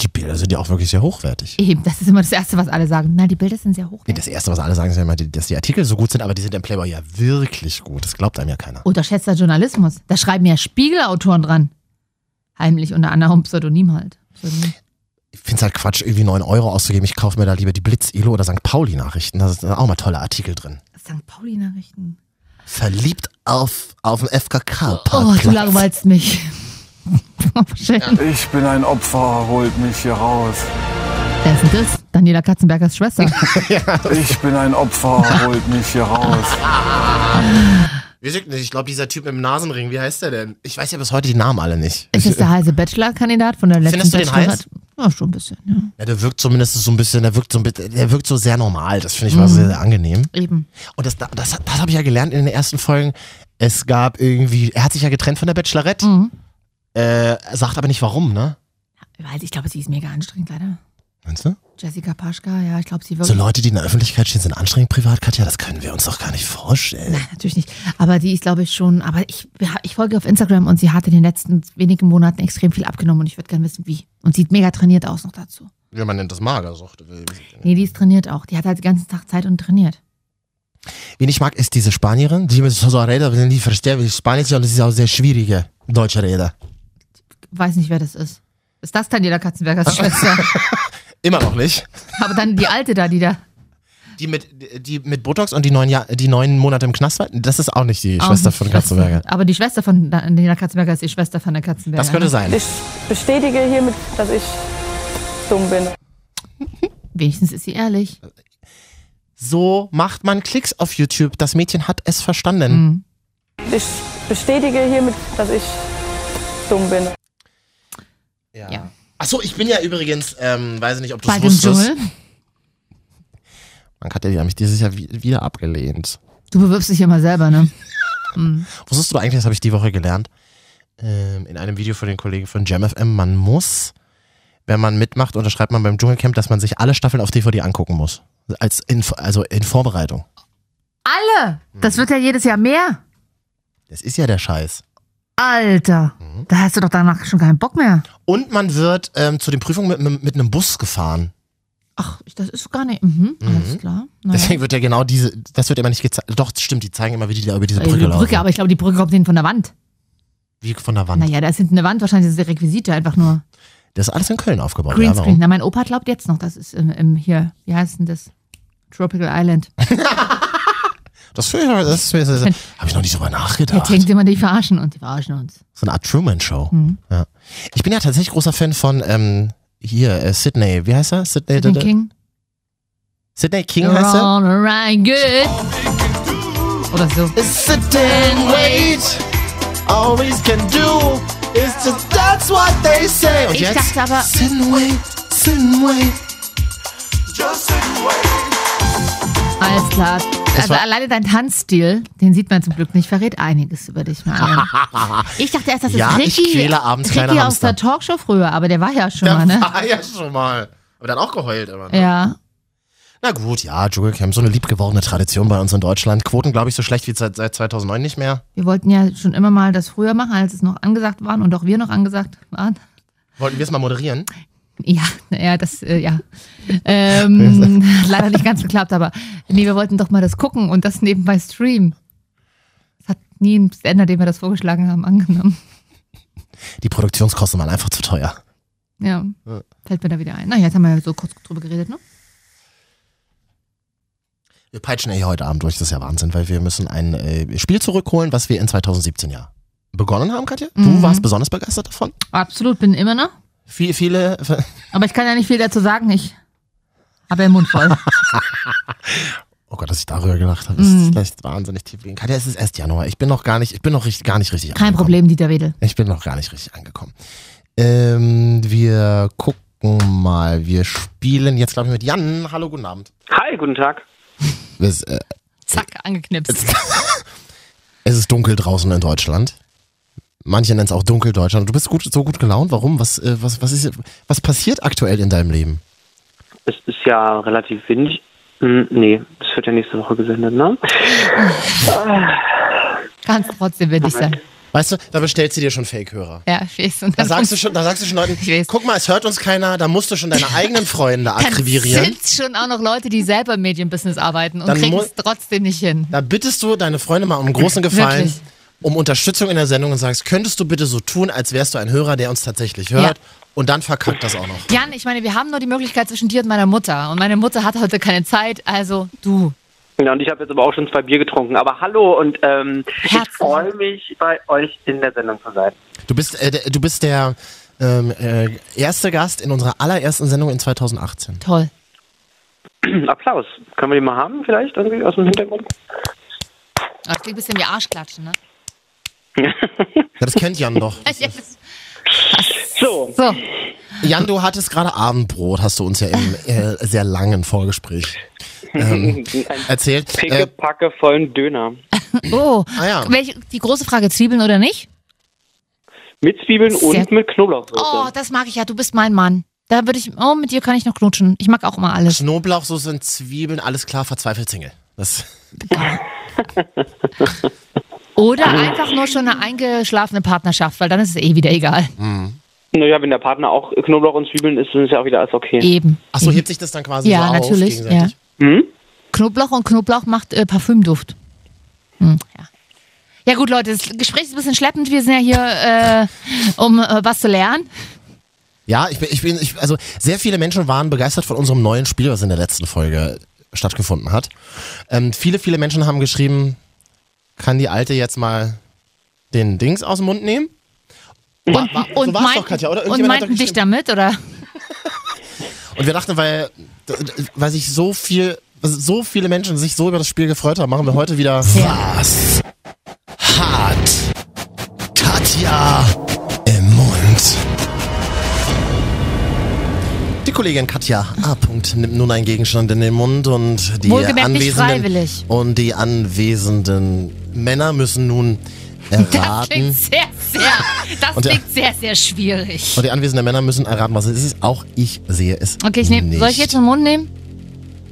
die Bilder sind ja auch wirklich sehr hochwertig.
Eben, das ist immer das Erste, was alle sagen. Na, die Bilder sind sehr hoch.
Nee, das Erste, was alle sagen, ist ja immer, die- dass die Artikel so gut sind, aber die sind im Playboy ja wirklich gut. Das glaubt einem ja keiner.
Unterschätzter Journalismus. Da schreiben ja Spiegelautoren dran. Heimlich unter anderem Pseudonym halt. Pseudonym.
Ich finde es halt Quatsch, irgendwie 9 Euro auszugeben. Ich kaufe mir da lieber die Blitz, Elo oder St. Pauli-Nachrichten. Da sind auch mal tolle Artikel drin.
St. Pauli-Nachrichten.
Verliebt auf, auf dem
Oh,
FKK-Parkplatz.
du langweilst mich. <laughs> Wahrscheinlich.
Ich bin ein Opfer, holt mich hier raus.
Wer ist denn das? Daniela Katzenbergers <laughs> Schwester.
Ich bin ein Opfer, holt mich hier raus.
Wir sind nicht. Ich glaube, dieser Typ mit dem Nasenring, wie heißt der denn? Ich weiß ja bis heute die Namen alle nicht.
Ist das der heiße Bachelor-Kandidat von der letzten
Findest du den
Bachelorette? Ja, schon ein bisschen, ja.
Ja, der wirkt zumindest so ein bisschen, der wirkt so ein bisschen, der wirkt so sehr normal. Das finde ich war sehr, sehr angenehm.
Eben.
Und das, das, das habe ich ja gelernt in den ersten Folgen. Es gab irgendwie, er hat sich ja getrennt von der Bachelorette,
Mhm.
äh, sagt aber nicht warum, ne?
Weil ich glaube, sie ist mega anstrengend, leider.
Meinst du?
Jessica Paschka, ja, ich glaube, sie
So
wirklich.
Leute, die in der Öffentlichkeit stehen, sind anstrengend privat, Katja, das können wir uns doch gar nicht vorstellen.
Nein, natürlich nicht. Aber die ist, glaube ich, schon. Aber ich, ich folge auf Instagram und sie hat in den letzten wenigen Monaten extrem viel abgenommen und ich würde gerne wissen, wie. Und sieht mega trainiert aus noch dazu.
Ja, man nennt das Magersucht.
Nee, die ist trainiert auch. Die hat halt den ganzen Tag Zeit und trainiert.
Wen ich mag, ist diese Spanierin, die mit so so Räder, wenn die verstehe, wie Spanisch, und das ist auch sehr schwierige deutsche Räder.
Weiß nicht, wer das ist. Ist das Daniela
<laughs>
Katzenbergers Schwester?
Immer noch nicht.
Aber dann die alte da, die da.
Die mit, die mit Botox und die neun, Jahr, die neun Monate im Knast war, das ist auch nicht die Schwester
Auch
von
die
Katzenberger.
Aber die Schwester von Daniela Katzenberger ist die Schwester von der Katzenberger.
Das könnte
<laughs>
sein.
bestätige hiermit, dass ich dumm bin.
Wenigstens ist sie ehrlich.
Äh, So macht man Klicks auf YouTube. Das Mädchen hat es verstanden.
Mhm.
Ich bestätige hiermit, dass ich dumm bin.
Ja.
Ja.
Achso, ich bin ja übrigens, ähm, weiß nicht, ob du
Bei
es
dem
wusstest.
Dschungel.
Man hat ja mich dieses Jahr wi- wieder abgelehnt.
Du bewirbst dich immer selber, ne?
Wusstest du eigentlich, das habe ich die Woche gelernt, ähm, in einem Video von den Kollegen von JamFM, man muss, wenn man mitmacht, unterschreibt man beim Dschungelcamp, dass man sich alle Staffeln auf DVD angucken muss. Als in, also in Vorbereitung.
Alle! Das wird ja jedes Jahr mehr.
Das ist ja der Scheiß.
Alter,
Mhm.
da hast du doch danach schon keinen Bock mehr.
Und man wird ähm, zu den Prüfungen mit, mit, mit einem Bus gefahren.
Ach, das ist gar nicht. Mhm, Alles klar. Naja.
Deswegen wird ja genau diese, das wird immer nicht gezeigt. Doch, stimmt, die zeigen immer, wie die da über diese
Äh,
Brücke
die
laufen.
Brücke, aber ich glaube, die Brücke kommt hinten von der Wand.
wie von der Wand.
Naja, da ist hinten eine Wand, wahrscheinlich ist es die Requisite einfach nur.
Das ist alles in Köln aufgebaut. ja,
Greenscreen.
warum?
Na, mein Opa glaubt jetzt noch, das ist im, im, hier, wie heißt denn das? Tropical Island.
Das, das, das, das, das habe ich noch nicht drüber
Der
nachgedacht.
denkt immer, die verarschen uns. Die verarschen uns. Hm?
So eine Art Truman-Show. Ja. Ich bin ja tatsächlich großer Fan von ähm, hier, äh, Sydney. Wie heißt er? Sydney,
Stephen King.
Sydney King
You're
heißt er?
all right, good. Oder so.
It's sit and wait. Always can do. It's just that's what they say. Und
Ich
jetzt?
dachte aber-
Sit and wait. Sit and
<laughs>
wait.
Alles klar. Also
war-
alleine dein Tanzstil, den sieht man zum Glück nicht, verrät einiges über dich, Marian. Ich dachte erst, das ist
Ja, ich
Ricky,
quäle abends kleine
Ricky aus
Hamster.
der Talkshow früher, aber der war ja schon mal,
Der
ne?
war ja schon mal. Aber dann auch geheult immer. ne?
Ja.
Na gut, ja, Dschungelcamp, so eine liebgewordene Tradition bei uns in Deutschland. Quoten, glaube ich, so schlecht wie seit, seit 2009 nicht mehr.
Wir wollten ja schon immer mal das früher machen, als es noch angesagt waren und auch wir noch angesagt waren.
Wollten wir es mal moderieren?
Ja, ja, das, äh, ja.
<laughs>
Ähm, hat leider nicht ganz geklappt, aber nee, wir wollten doch mal das gucken und das nebenbei streamen. Das hat nie ein Sender, dem wir das vorgeschlagen haben, angenommen.
Die Produktionskosten waren einfach zu teuer.
Ja. Fällt mir da wieder ein. Na, jetzt haben wir ja so kurz drüber geredet, ne?
Wir peitschen eh heute Abend durch, das ist ja Wahnsinn, weil wir müssen ein äh, Spiel zurückholen, was wir in 2017 ja begonnen haben, Katja. Du
Mhm.
warst besonders begeistert davon.
Absolut, bin immer noch.
Viele, viele, <laughs>
Aber ich kann ja nicht viel dazu sagen. Ich habe ja den
<laughs>
Mund voll.
oh Gott, dass ich darüber gedacht habe,
Mhm.
ist vielleicht wahnsinnig tief gehen. Katja, es ist erst Januar, ich bin noch gar nicht, ich bin noch richtig, gar nicht richtig
Kein
angekommen.
Problem, Dieter Wedel.
Ich bin noch gar nicht richtig angekommen. Ähm, wir gucken mal, wir spielen jetzt, glaube ich, mit Jan. Hallo, guten Abend.
Hi, guten Tag.
Es, äh,
Zack, angeknipst.
es ist dunkel draußen in Deutschland. Manche nennen es auch dunkel Deutschland. Du bist gut, so gut gelaunt. Warum? Was, äh, was, was, ist, was passiert aktuell in deinem Leben?
Es ist ja relativ windig. Hm, nee, das wird ja nächste Woche gesendet,
<laughs>
ne?
Kannst trotzdem windig sein.
Weißt du, da bestellst du dir schon Fake-Hörer.
Ja, ich weiß. Und
Da
dann <laughs>
sagst du schon, da sagst du schon Leuten,
Ich weiß.
guck mal, es hört uns keiner, da musst du schon
<laughs>
deine eigenen Freunde akquirieren.
sind schon auch noch Leute, die selber im Medienbusiness arbeiten und
Dann
kriegen
mu-
es trotzdem nicht hin.
Da bittest du deine Freunde mal um einen großen Gefallen,
Wirklich.
um Unterstützung in der Sendung und sagst, könntest du bitte so tun, als wärst du ein Hörer, der uns tatsächlich hört.
Ja.
Und dann verkackt das auch noch.
Jan, ich meine, wir haben nur die Möglichkeit zwischen dir und meiner Mutter. Und meine Mutter hat heute keine Zeit, also du.
Ja, und ich habe jetzt aber auch schon zwei Bier getrunken. Aber hallo und ähm, ich
Herzlich.
freue mich, bei euch in der Sendung zu sein. <clears throat>
Du bist, äh, der- du bist der ähm, äh, erste Gast in unserer allerersten Sendung in 2018.
Toll.
Applaus. Können wir den mal haben vielleicht irgendwie aus dem Hintergrund? <laughs>
Aber Das klingt ein bisschen wie Arschklatschen, ne?
Ja, das kennt Jan
<laughs>
doch.
So,
So,
Jan, du hattest gerade Abendbrot, hast du uns ja im äh, sehr langen Vorgespräch ähm, erzählt. Äh,
picke, packe, vollen Döner.
Oh,
Ah ja.
welche, die große Frage, Zwiebeln oder nicht?
Mit Zwiebeln
Sehr-
und mit Knoblauchsoße.
Oh, das mag ich ja, du bist mein Mann. Da würde ich, oh, mit dir kann ich noch knutschen. Ich mag auch immer alles.
Knoblauchsoße und Zwiebeln, alles klar, verzweifelt Single. Das,
Oder einfach nur schon eine eingeschlafene Partnerschaft, weil dann ist es eh wieder egal.
Naja, wenn der Partner auch Knoblauch und Zwiebeln isst, dann ist ja auch wieder alles okay.
Eben.
achso,
eben.
hebt sich das dann quasi
Mhm. Ja,
so auf
natürlich,
gegenseitig?
Hm?
Knoblauch und Knoblauch macht äh, Parfümduft. Hm, ja. ja gut, Leute, das Gespräch ist ein bisschen schleppend. Wir sind ja hier, äh, um äh, was zu lernen.
Ja, ich bin, ich bin, ich, also sehr viele Menschen waren begeistert von unserem neuen Spiel, was in der letzten Folge stattgefunden hat. Ähm, viele, viele Menschen haben geschrieben, kann die Alte jetzt mal den Dings aus dem Mund nehmen?
Und,
war- so war's doch, Katja, oder?
und
Irgendjemand hat doch
meinten dich
gestimmt.
damit, oder?
Und wir dachten, weil, d- d- weil sich so viel, so viele Menschen sich so über das Spiel gefreut haben, machen wir heute wieder. Was hat Katja im Mund? Die Kollegin Katja A. Punkt nimmt nun einen Gegenstand in den Mund und die
Wohlgemerkt nicht
anwesenden
freiwillig.
und die anwesenden Männer müssen
<laughs>
nun
Das klingt
erraten.
sehr, sehr, das
Und der-
klingt sehr, sehr schwierig.
Und die anwesenden Männer müssen erraten, was es ist. Auch ich sehe es.
Okay, ich nehme,
nicht.
soll ich jetzt den Mund nehmen?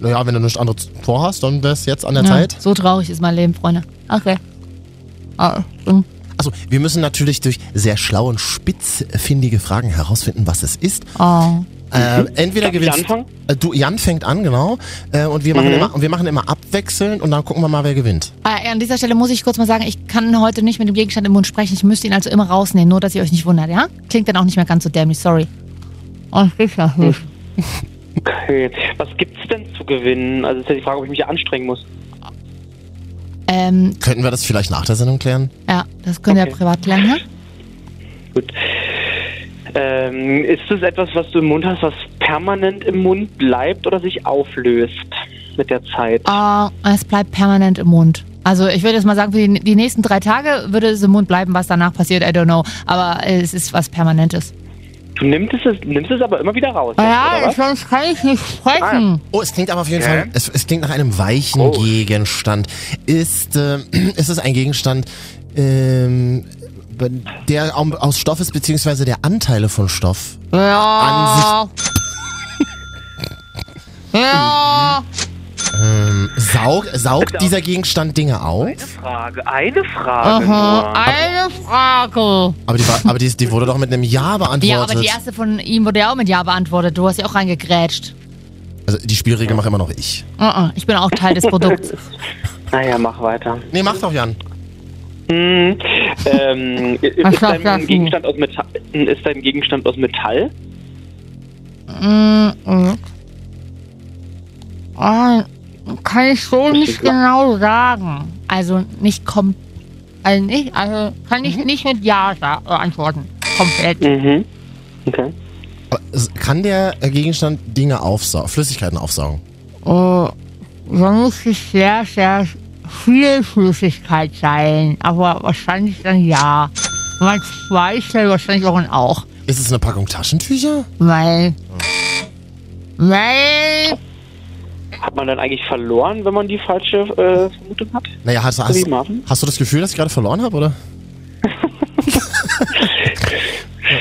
Naja, wenn du nichts anderes vorhast, dann wär's jetzt an der
Ja,
Zeit.
So traurig ist mein Leben, Freunde. Okay. Ah, hm.
Also, wir müssen natürlich durch sehr schlaue und spitzfindige Fragen herausfinden, was es ist.
Oh.
Äh, entweder
Mhm. Darf ich
gewinnst
anfangen? Mhm.
Äh, du. Jan fängt an, genau. Äh, und wir machen, immer, und wir machen immer abwechselnd und dann gucken wir mal, wer gewinnt.
Äh, an dieser Stelle muss ich kurz mal sagen, ich kann heute nicht mit dem Gegenstand im Mund sprechen. Ich müsste ihn also immer rausnehmen, nur dass ihr euch nicht wundert, ja? Klingt dann auch nicht mehr ganz so dämlich, sorry. Oh, ich ja nicht.
Okay. Was gibt's denn zu gewinnen? Also ist ja die Frage, ob ich mich anstrengen muss.
Ähm,
Könnten wir das vielleicht nach der Sendung klären?
ja, das könnt ihr
Okay.
privat klären, ja?
Gut. Ähm, ist es etwas, was du im Mund hast, was permanent im Mund bleibt oder sich auflöst mit der Zeit?
Ah, es bleibt permanent im Mund. Also ich würde jetzt mal sagen, für die, die nächsten drei Tage würde es im Mund bleiben, was danach passiert, I don't know. Aber äh, es ist was Permanentes.
Du nimmst es, nimmst es aber immer wieder raus.
Ja,
oder was?
sonst kann ich nicht sprechen.
Oh, es klingt aber auf jeden
Ja.
Fall, es, es klingt nach einem weichen
Oh.
Gegenstand. Ist, äh, <clears throat> ist es ein Gegenstand, ähm, be- der au- aus Stoff ist, beziehungsweise der Anteile von Stoff?
Ah,
Ja. ja.
Ähm, saug, saugt dieser Gegenstand Dinge auf?
Frage, eine Frage.
Aha,
nur.
eine Frage.
Aber, die, war, aber die, die wurde doch mit einem Ja beantwortet.
Ja, aber die erste von ihm wurde ja auch mit Ja beantwortet. Du hast ja auch reingegrätscht.
Also die Spielregel mache immer noch ich.
Uh -uh, ich bin auch Teil des Produkts.
Naja, mach weiter.
Nee, mach doch, Jan.
Hm,
<laughs>
ähm,
Was
ist,
sagt das
dein
denn?
Gegenstand aus Metall, ist dein Gegenstand aus Metall?
Mhm. <laughs> Ah, kann ich so nicht genau sagen. Also nicht kom also nicht, also kann ich nicht mit Ja sa- äh, antworten. Komplett.
Mhm. Okay.
Aber s- kann der äh, Gegenstand Dinge aufsaugen, Flüssigkeiten aufsaugen?
Äh, da muss es sehr, sehr viel Flüssigkeit sein. Aber wahrscheinlich dann ja. Man weiß ja wahrscheinlich auch und auch.
Ist es eine Packung Taschentücher?
Weil. Weil.
Hat man dann eigentlich verloren, wenn man die falsche äh, Vermutung hat?
Naja, hast, hast,
Wie, Marvin?
hast du das Gefühl, dass ich gerade verloren habe, oder?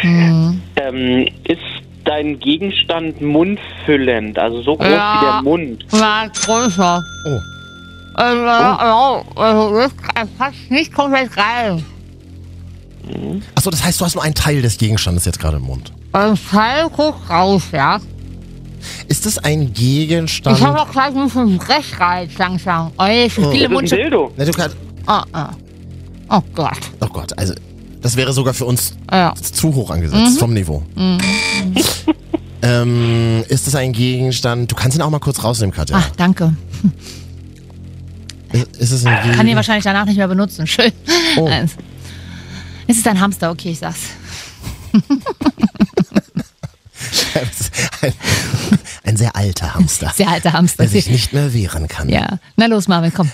Ähm, ist dein Gegenstand mundfüllend, also so groß
Ja.
wie der Mund?
War größer.
Oh.
Also, ja, also das, es passt nicht komplett rein.
Achso, das heißt, du hast nur einen Teil des Gegenstandes jetzt gerade im Mund.
Beim Teil guckt raus, ja.
Ist es ein Gegenstand?
Ich habe auch gleich ein bisschen Brechreiz langsam. Also. Oh, nee, zu viele
Ist es ein
Mundschuhe.
Dildo?
Na, du kannst,
Oh, oh. oh Gott.
oh Gott, also das wäre sogar für uns
Ah, Ja. Mhm.
zu hoch angesetzt vom Niveau. <laughs> ähm, ist es ein Gegenstand? Du kannst ihn auch mal kurz rausnehmen, Katja.
Ach, Ah, danke.
Ist, ist es ein Gegenstand?
Kann ihn wahrscheinlich danach nicht mehr benutzen. <laughs> Schön.
Oh.
Eins. Also. Es ist ein Hamster, okay, ich sag's.
<laughs> ein, ein sehr alter Hamster.
Sehr alter Hamster.
der sich nicht mehr wehren kann.
<laughs> Ja. Na los, Marvin, komm.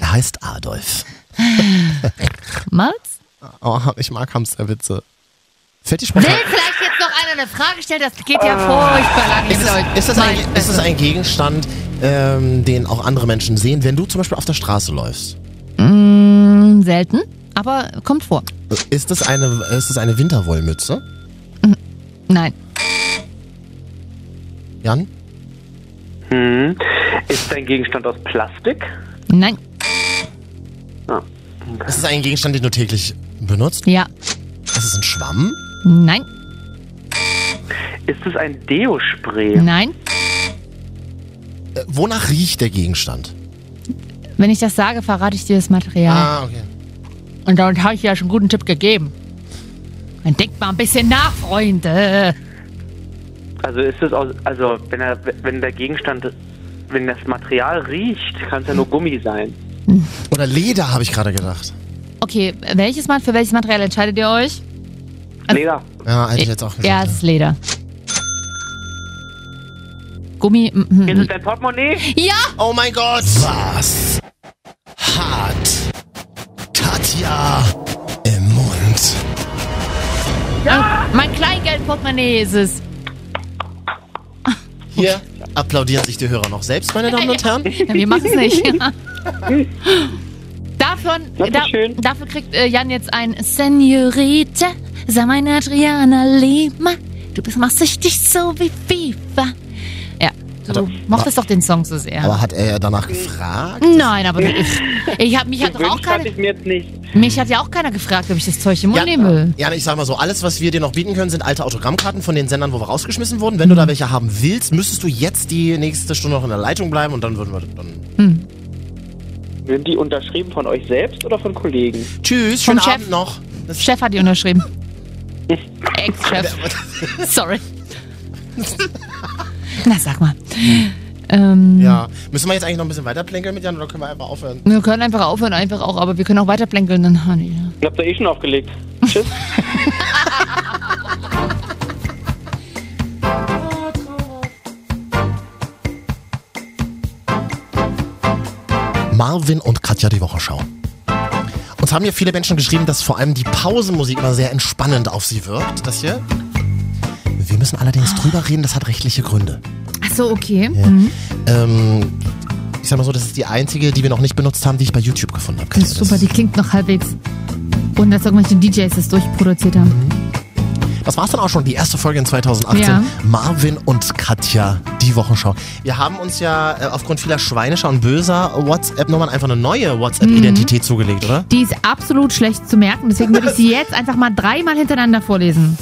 Er heißt Adolf.
Malz?
Oh, ich mag Hamsterwitze. Fällt dir
Will
spontan.
vielleicht jetzt noch einer eine Frage stellen? Das geht ja furchtbar lang.
Ist es, ist, das ein, ist das ein Gegenstand, ähm, den auch andere Menschen sehen, wenn du zum Beispiel auf der Straße läufst?
Mm, selten, aber kommt vor.
Ist das eine, ist das eine Winterwollmütze?
Nein.
Jan?
Hm. Ist dein Gegenstand aus Plastik?
Nein.
Ah.
Ist es ein Gegenstand, den du täglich benutzt?
Ja.
Ist es ein Schwamm?
Nein.
Ist es ein Deo-Spray?
Nein.
Äh, wonach riecht der Gegenstand?
Wenn ich das sage, verrate ich dir das Material.
Ah, okay.
Und damit habe ich dir ja schon einen guten Tipp gegeben. Dann denkt mal ein bisschen nach, Freunde.
Also ist es aus, also wenn er, wenn der Gegenstand, wenn das Material riecht, kann es ja nur Gummi sein.
Oder Leder, habe ich gerade gedacht.
Okay, welches Mal, für welches Material entscheidet ihr euch? Also-
Leder.
Ja, hätte ich jetzt auch gesagt. ne?
Ja, es ist Leder. Gummi. mm, mm.
Ist es dein Portemonnaie?
Ja!
Oh mein Gott! Was? Hart. Katja im Mund.
Mein Kleingeldportemonnaie ist es.
Hier applaudieren sich die Hörer noch selbst, meine Damen und Herren.
Na, wir machen es nicht.
<laughs>
Davon,
Das ist
da,
schön.
dafür kriegt äh, Jan jetzt ein Senorita, sei mein Adriana Lima. Du bist machst dich so wie FIFA. Ja,
Hat er-
du mochtest doch den Song so sehr.
Aber hat er ja danach gefragt?
Nein, aber ich, ich hab, mich, hat doch auch
Gewünscht hatte
keine,
ich mir jetzt nicht.
mich hat ja auch keiner gefragt, ob ich das Zeug im Mund nehmen will.
ja, ich sag mal so, alles, was wir dir noch bieten können, sind alte Autogrammkarten von den Sendern, wo wir rausgeschmissen wurden. Wenn du da welche haben willst, müsstest du jetzt die nächste Stunde noch in der Leitung bleiben und dann würden wir dann...
Werden die unterschrieben von euch selbst oder von Kollegen?
Tschüss,
Vom
schönen
Chef.
Abend noch. Das
Chef hat die
<laughs>
unterschrieben. Ex-Chef. Sorry. <laughs> Na, sag mal. Ähm,
ja, müssen wir jetzt eigentlich noch ein bisschen weiter plänkeln mit Jan oder können wir einfach aufhören?
Wir können einfach aufhören, einfach auch, aber wir können auch weiter plänkeln. Dann, ah, Honey.
Ich hab da eh schon aufgelegt. Tschüss.
Marvin und Katja die Woche schauen. Uns haben ja viele Menschen geschrieben, dass vor allem die Pausenmusik immer sehr entspannend auf sie wirkt. Das hier. Wir müssen allerdings drüber reden, das hat rechtliche Gründe.
Ach so, okay. Mhm.
Ähm, ich sag mal so, das ist die einzige, die wir noch nicht benutzt haben, die ich bei YouTube gefunden habe.
Das ist super, die klingt noch halbwegs. Und dass irgendwelche DJs das durchproduziert haben.
Das war's dann auch schon, die erste Folge in 2018.
Ja.
Marvin und Katja, die Wochenschau. Wir haben uns ja äh, aufgrund vieler schweinischer und böser WhatsApp-Nummern einfach eine neue WhatsApp-Identität zugelegt, oder?
Die Mhm. ist absolut schlecht zu merken, deswegen würde ich sie jetzt einfach mal dreimal hintereinander vorlesen.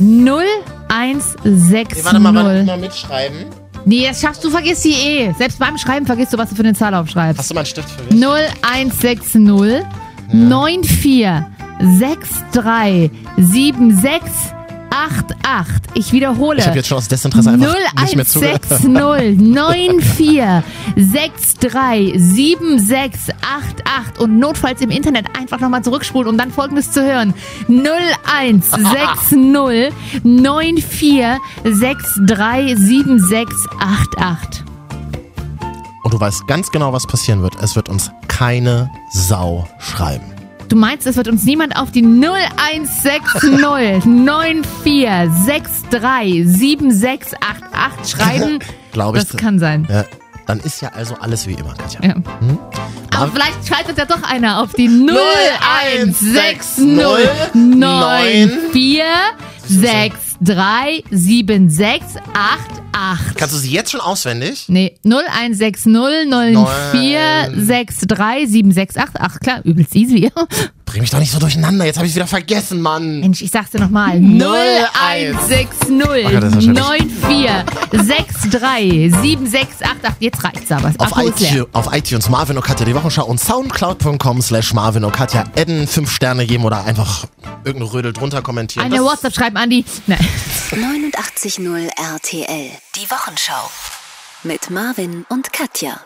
0160.
Nee, warte mal, warte mal mitschreiben.
Nee, das schaffst du, vergiss sie eh. Selbst beim Schreiben vergisst du, was du für eine Zahl aufschreibst.
Hast du mal einen Stift für mich?
0160 94637688. Ich wiederhole.
Ich habe jetzt schon aus Desinteresse einfach nicht mehr zugehört.
016094637688 und notfalls im Internet einfach nochmal zurückspulen, um dann folgendes zu hören. 016094637688.
Und du weißt ganz genau, was passieren wird. Es wird uns keine Sau schreiben.
Du meinst, es wird uns niemand auf die 0160 94637688 schreiben?
Glaube ich.
Das kann sein.
Ja, dann ist ja also alles wie immer, Katja.
Ja. Aber vielleicht schreibt uns ja doch einer auf die 016094637688.
Kannst du sie jetzt schon auswendig?
Nee, 016004637688. Ach klar, übelst easy.
Bring mich doch nicht so durcheinander. Jetzt habe ich wieder vergessen, Mann.
Mensch, ich sag's dir nochmal. 0160
Gott, das ist
94637688. Jetzt reicht's aber. Das
Auf,
Akku ist leer.
iTunes, auf iTunes Marvin und Katja die Wochenschau und soundcloud.com slash Marvin und Katja Adden 5 Sterne geben oder einfach irgendeine Rödel drunter kommentieren.
Eine
Das-
WhatsApp schreiben, Andi. Nein.
89.0 RTL. Die Wochenschau. Mit Marvin und Katja.